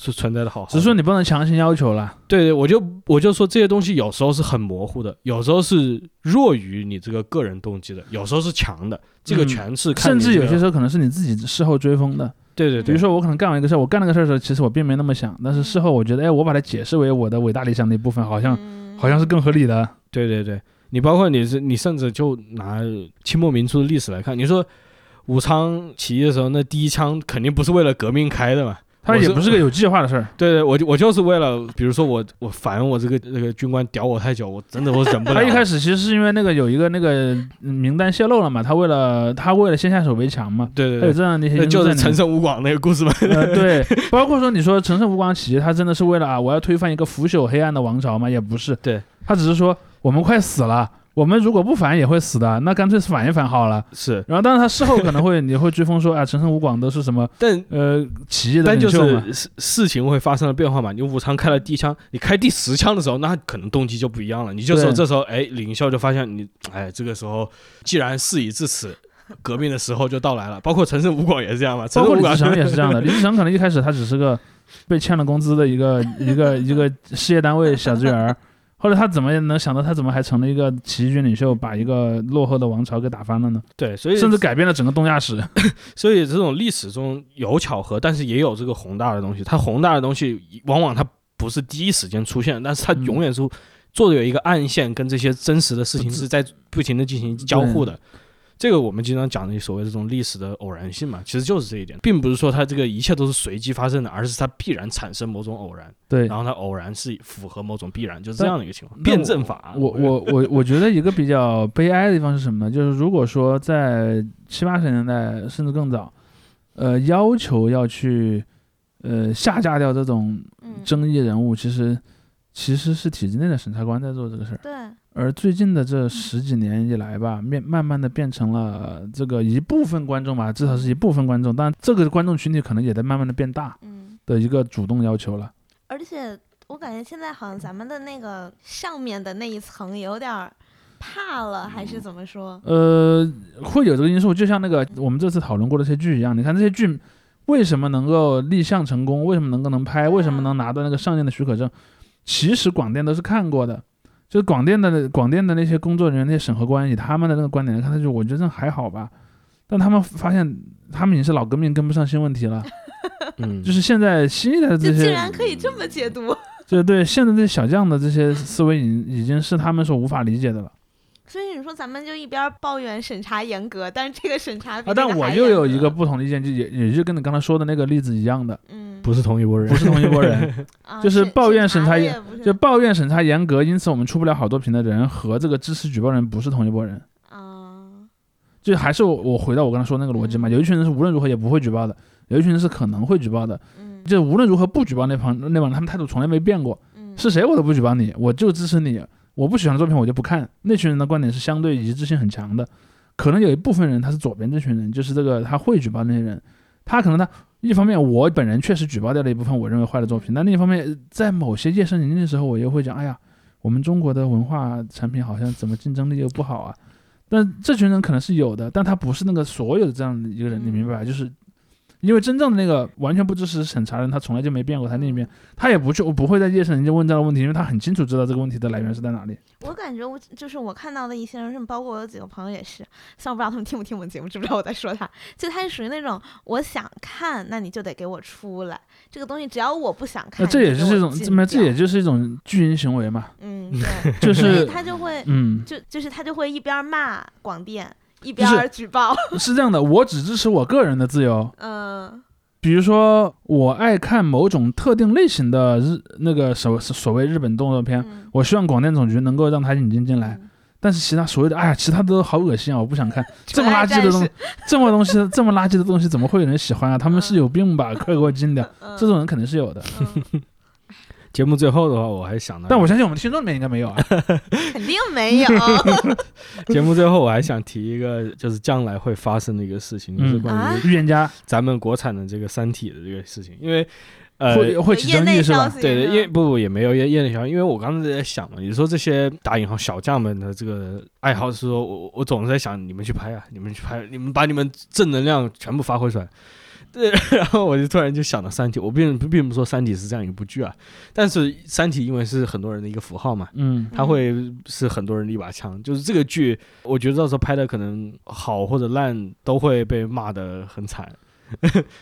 是存在的好好的。
只是说你不能强行要求了。
对对，我就我就说这些东西有时候是很模糊的，有时候是弱于你这个个人动机的，有时候是强的，这个
嗯
全是看
甚
你
至
这
有
个
些时候可能是你自己事后追风的，
对对
比
对，
如说我可能干完一个事儿，我干那个事儿的时候，其实我并没那么想，但是事后我觉得，哎，我把它解释为我的伟大理想的一部分，好像
嗯
好像是更合理的。
对对对，你包括你是你甚至就拿清末民初的历史来看，你说武昌起义的时候，那第一枪肯定不是为了革命开的嘛，
它
我
也
是
不是个有计划的事儿，
对对，我就我就是为了，比如说我我烦我这个这个军官屌我太久，我真的我忍不了
他
了。
一开始其实是因为那个有一个那个嗯名单泄露了嘛，他为了他为了先下手为强嘛，
对
他
对
有这样的一些
对，
因素
就
在
是
里
陈
面。
胜吴广那个故事嘛， (laughs)
呃，对， (laughs) 包括说你说陈胜吴广起义，他真的是为了啊，我要推翻一个腐朽黑暗的王朝吗？也不是，
对，
他只是说我们快死了，我们如果不反也会死的，那干脆反一反好了。
是，
然后，当然他事后可能会你会追风说啊，陈胜吴广都是什么
但
呃起义的
但
领
就
袖嘛，
是事事情会发生了变化嘛。你武昌开了第一枪，你开第十枪的时候，那可能动机就不一样了。你就说
对
这时候，哎，领袖就发现你，哎，这个时候既然事已至此，革命的时候就到来了。包括陈胜吴广也是这样嘛，陈
包
胜
括
吴
李
广
自成也是这样 (laughs) 的。李自成可能一开始他只是个被欠了工资的一个一个一个事业单位小职员儿，后来他怎么也能想到他怎么还成了一个起义军领袖，把一个落后的王朝给打翻了呢？
(laughs) 对，所以
甚至改变了整个东亚史。
所以这种历史中有巧合，但是也有这个宏大的东西。它宏大的东西往往它不是第一时间出现，但是它
嗯
永远是做的有一个暗线，跟这些真实的事情
不知
是在不停的进行交互的。这个我们经常讲的所谓这种历史的偶然性嘛，其实就是这一点，并不是说它这个一切都是随机发生的，而是它必然产生某种偶然，
对
然，后它偶然是符合某种必然，就是这样的一个情况。
但
辩证法，
我我我我觉得一个比较悲哀的地方是什么呢？就是如果说在七八十年代甚至更早，呃，要求要去呃下架掉这种
嗯
争议人物，其实其实是体制内的审查官在做这个事儿。
对
而最近的这十几年以来吧，面慢慢的变成了这个一部分观众吧，至少是一部分观众，当然这个观众群体可能也在慢慢的变大
嗯。
的一个主动要求了。
而且我感觉现在好像咱们的那个上面的那一层有点儿怕了，还是怎么说？
呃，会有这个因素，就像那个我们这次讨论过的这些剧一样，你看这些剧为什么能够立项成功，为什么能够能拍，为什么能拿到那个上映的许可证，其实广电都是看过的。就是广电的广电的那些工作人员、那些审核官，以他们的那个观点来看，他就我觉得这还好吧。但他们发现，他们已经是老革命跟不上新问题了。
嗯，
就是现在新一代的
就
嗯这
竟
些，嗯
然可以这么解读，
就是对现在这些小将的这些思维，已经已经是他们所无法理解的了。
所以你说咱们就一边儿抱怨审查严格，但是这个审查比这
啊，但我
还
又
严
有一
格
个，不同的意见，就也也就跟你刚才说的那个例子一样的，
嗯，
不是同一拨人，
不是同一拨
(laughs)
人，
啊
就是
审
抱怨
审
审查
的
严
也不是
就抱怨审查严格，因此我们出不了好作品的人和这个支持举报人不是同一拨人。
啊，
就还是我我回到我刚才说那个逻辑嘛，
嗯
有一群人是无论如何也不会举报的，有一群人是可能会举报的，
嗯
就无论如何不举报那帮那帮人，他们态度从来没变过，
嗯
是谁我都不举报你，我就支持你，我不喜欢的作品我就不看。那群人的观点是相对一致性很强的，可能有一部分人他是左边这群人，就是这个他会举报那些人，他可能他一方面我本人确实举报掉了一部分我认为坏的作品，但另一方面在某些夜深人静的时候，我又会讲，哎呀，我们中国的文化产品好像怎么竞争力又不好啊。但这群人可能是有的，但他不是那个所有的这样的一个人，你明白吧？就是因为真正的那个完全不支持审查人，他从来就没变过他那边，他也不去，我不会在夜深人静问这样的问题，因为他很清楚知道这个问题的来源是在哪里。
我感觉我就是我看到的一些人，包括我有几个朋友也是，虽然我不知道他们听不听我们节目，知不知道我在说他，就他是属于那种我想看，那你就得给我出来这个东西，只要我不想
那
看，
这也是
这
这种，这么这也就是一种巨婴行为嘛， (laughs)
嗯，对，
就
所以
是
他就会
嗯，
就就是他就会一边骂广电，一
就
边
是
儿举
(laughs)
报，
是这样的，我只支持我个人的自由，
嗯
比如说我爱看某种特定类型的日那个所所谓日本动作片，
嗯，
我希望广电总局能够让它引进进来。
嗯
但是其他所有的，哎呀，其他的都好恶心啊！我不想看这么
纯爱
垃圾的
战
东
士
西，这么东西，这么垃圾的东西，怎么会有人喜欢啊？他们是有病吧？快给我禁掉！
嗯
这种人肯定是有的， (laughs)
嗯
节目最后的话，我还想到，
但我相信我们听众里面应该没有啊。
肯定没有
(laughs)
节目最后我还想提一个，就是将来会发生的一个事情，就是
嗯
关于
啊
预言家
咱们国产的这个《三体》的这个事情，因为呃，
啊会会起
业
争
内
议是
消
吧？
息
对对，
是
因为
啊
吧
不不也没有业业内小，因为我刚才在想嘛，你说这些打引号小将们的这个爱好是说，我我总是在想，你们去拍啊，你们去拍，你们把你们正能量全部发挥出来。对， (laughs) 然后我就突然就想到《三体》，我并并不说《三体》是这样一部剧啊，但是《三体》因为是很多人的一个符号嘛，
嗯，
它会是很多人的一把枪。就是这个剧，我觉得到时候拍的可能好或者烂都会被骂的很惨。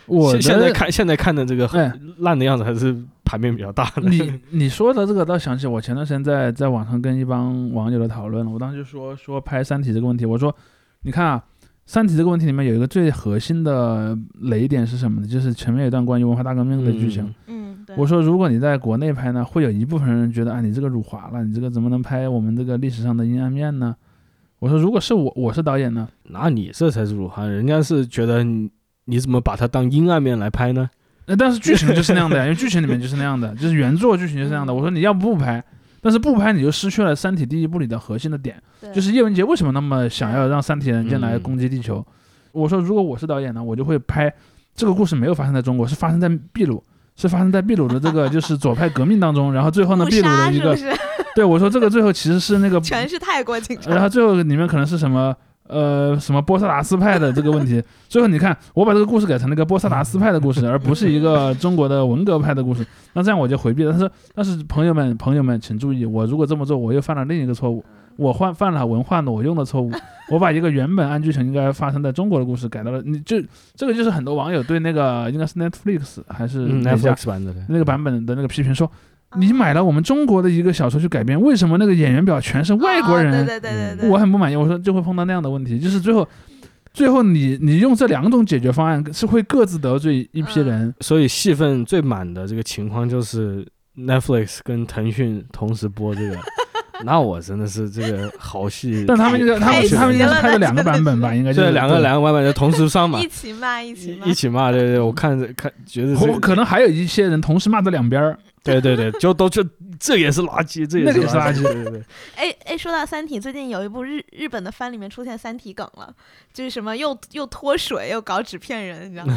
我
现现在
的
看现在看的这个
哎
烂的样子还是盘面比较大的。
你你说的这个倒想起我前段时间在在网上跟一帮网友的讨论了，我当时就说说拍《三体》这个问题，我说你看啊，《三体》这个问题里面有一个最核心的雷点是什么呢？就是前面有一段关于文化大革命的剧情。
嗯
嗯，对
我说，如果你在国内拍呢，会有一部分人觉得啊，你这个辱华了，你这个怎么能拍我们这个历史上的阴暗面呢？我说，如果是我，我是导演呢，
那你这才是辱华，人家是觉得你你怎么把它当阴暗面来拍呢？
那呃但是剧情就是那样的呀，因为剧情里面就是那样的，就是原作剧情就是那样的。我说你要不不拍，但是不拍你就失去了《三体》第一部里的核心的点，
对
就是叶文洁为什么那么想要让三体人进来
嗯
攻击地球？我说如果我是导演呢，我就会拍这个故事没有发生在中国，是发生在秘鲁。是发生在秘鲁的这个就是左派革命当中，然后最后
(laughs)
呢，
误
秘鲁
杀
的一
是
个
不是
对我说这个最后其实是那个
全是泰国警察？
(laughs) 然后最后里面可能是什么呃什么波塞达斯派的这个问题。最后你看，我把这个故事改成了一个波塞达斯派的故事，而不是一个中国的文革派的故事。那这样我就回避了。但是但是朋友们朋友们请注意，我如果这么做，我又犯了另一个错误。我犯犯了文化挪用的错误，我把一个原本按剧情应该发生在中国的故事改到了，你就这个就是很多网友对那个应该是 Netflix 还是
嗯
哪家
，Netflix 版的对
那个版本的那个批评说，你买了我们中国的一个小说去改编，为什么那个演员表全是外国人？啊
哦对对对对对，
我很不满意。我说就会碰到那样的问题，就是最后，最后你你用这两种解决方案是会各自得罪一批人。
所以戏份最满的这个情况就是 Netflix 跟腾讯同时播这
(laughs)
个，那我真的是这个好戏，
但他们应该，他
太
们
气
他们应该
了
是拍了两个版本吧，应该就是
这两个两个版本就同时上嘛
一，起骂 (laughs) 一起骂
一一起骂，对对，对我看着看觉得这
或可能还有一些人同时骂到两边
(laughs)
儿。
对对对，就都就这也是垃圾，这也
那
是
个也是
垃
垃
圾，对对对。
哎哎，说到《三体》，最近有一部日日本的番里面出现《三体》梗了，就是什么又又脱水又搞纸片人，你知道吗？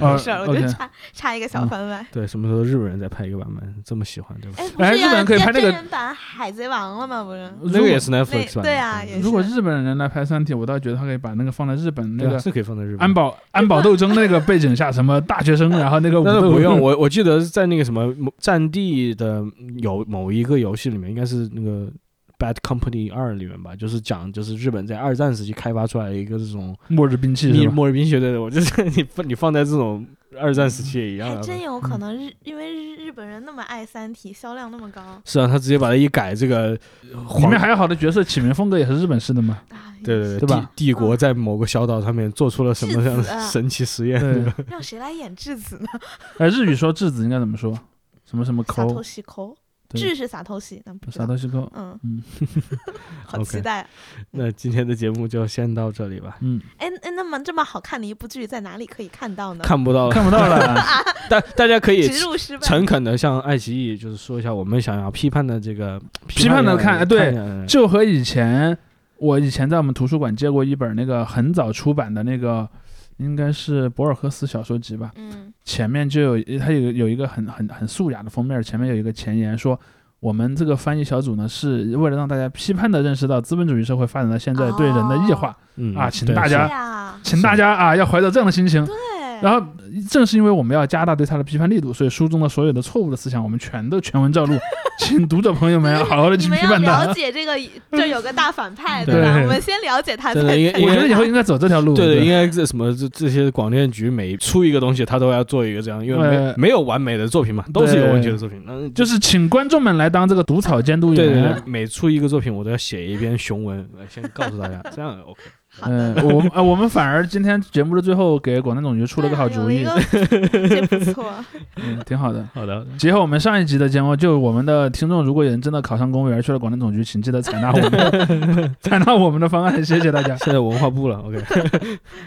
好
啊
事
(laughs)
儿，我觉
OK 嗯
得差差一个小番外。
对，什么时候日本人再拍一个版本？这么喜欢，对吧？
哎，不
哎
是
日
要
本人可以
要
拍那
真
个嗯
人版《海贼王》了吗？不是，
如
那
果
个也是 Netflix
那
版的，嗯
对啊，也是。
如果日本人来拍《三体》，我倒觉得他可以把那个放在日本那
对啊
个
是可以放在日本。
安保安保斗争那个背景下，什么大学生，然后那个武
但是
斗
不用，我我记得在那个什么某战地的有某一个游戏里面，应该是那个 Bad Company 二里面吧，就是讲就是日本在二战时期开发出来的一个这种
末日兵器
密
是吧？
末日兵学对对，我就是 (laughs) 你放你放在这种二战时期也一样
还
啊。
真有
嗯
可能日，因为日日本人那么爱《三体》，销量那么高
是啊，他直接把它一改，这个
里
黄
面还有好的角色起名风格也是日本式
(laughs)
的嘛？
啊，
对对
对吧
帝帝国在某个小岛上面做出了什么样
质子
的
啊
神奇实验？
对，
让谁来演质子呢？
哎，日语说质子应该怎么说？什么什么
撒透
抠？
西抠，
对
质是撒透西，但不知
啥
道。
东西抠？
嗯
嗯
(laughs) 好期
OK
待啊！
那今天的节目就先到这里
(laughs)
吧，
嗯，
哎哎，那么这么好看的一部剧，在哪里可以看到呢？
看不到了，
看不到
(laughs)
了。
大大家可以
植入失败。
诚恳的向爱奇艺就是说一下我们想要批判的这个
批判的看
看
对
看
(laughs) 就和以前我以前在我们图书馆借过一本那个很早出版的那个，应该是博尔赫斯小说集吧，
嗯
前面就有它有有一个很很很素雅的封面，前面有一个前言说。我们这个翻译小组呢，是为了让大家批判的认识到资本主义社会发展到现在对人的异化，
嗯
啊请
对
大
是
家
呀，
请大家啊要怀着这样的心情
对，对，
然后正是因为我们要加大对他的批判力度，所以书中的所有的错误的思想，我们全都全文照 (laughs) 录，请读者朋友们好好的
你
去
们
批
要
判
了
他。
解这个，这有个大反派，
对
吧？
对
我们先了解他，
对
再
对因为
再
因
我
为
觉得以后应该走这条路。
对
对
对，应该这什么这这些广电局每出一个东西，他都要做一个这样，因为没、
对
没有完美的作品嘛，都是有问题的作品。那
就是是请观众们来当这个毒草监督员。
对对对，每出一个作品，我都要写一篇雄 (laughs) 文，来先告诉大家，这样 OK。
好
嗯
的。，
我们啊，我们反而今天节目的最后给广电总局出了个好主意
有，一个
(laughs)
这不错，
嗯，挺好的。
好的，
结合我们上一集的节目，就我们的听众，如果有人真的考上公务员去了广电总局，请记得采纳我们
(laughs)
采纳我们的方案，谢谢大家。
现在文化部了 OK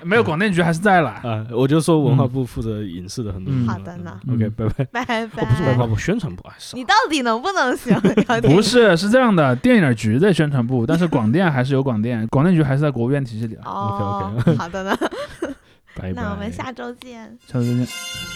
没有广电局还是在
(laughs)
啦，
啊，我就说文化部负责影视的很多
嗯
地
好
方
的呢
嗯，OK，拜拜。
拜
哦，不是文化
拜。
部，宣传部啊，是
你到底能不能行？姚
(laughs)
嗯
不
笛
是是这样的，电影局在宣传部，但是广电还是有广电，广电局还是在国务院体系里的。啊
哦，好的呢，
拜拜。
那我们下周见。
下次再
拜
见。
拜。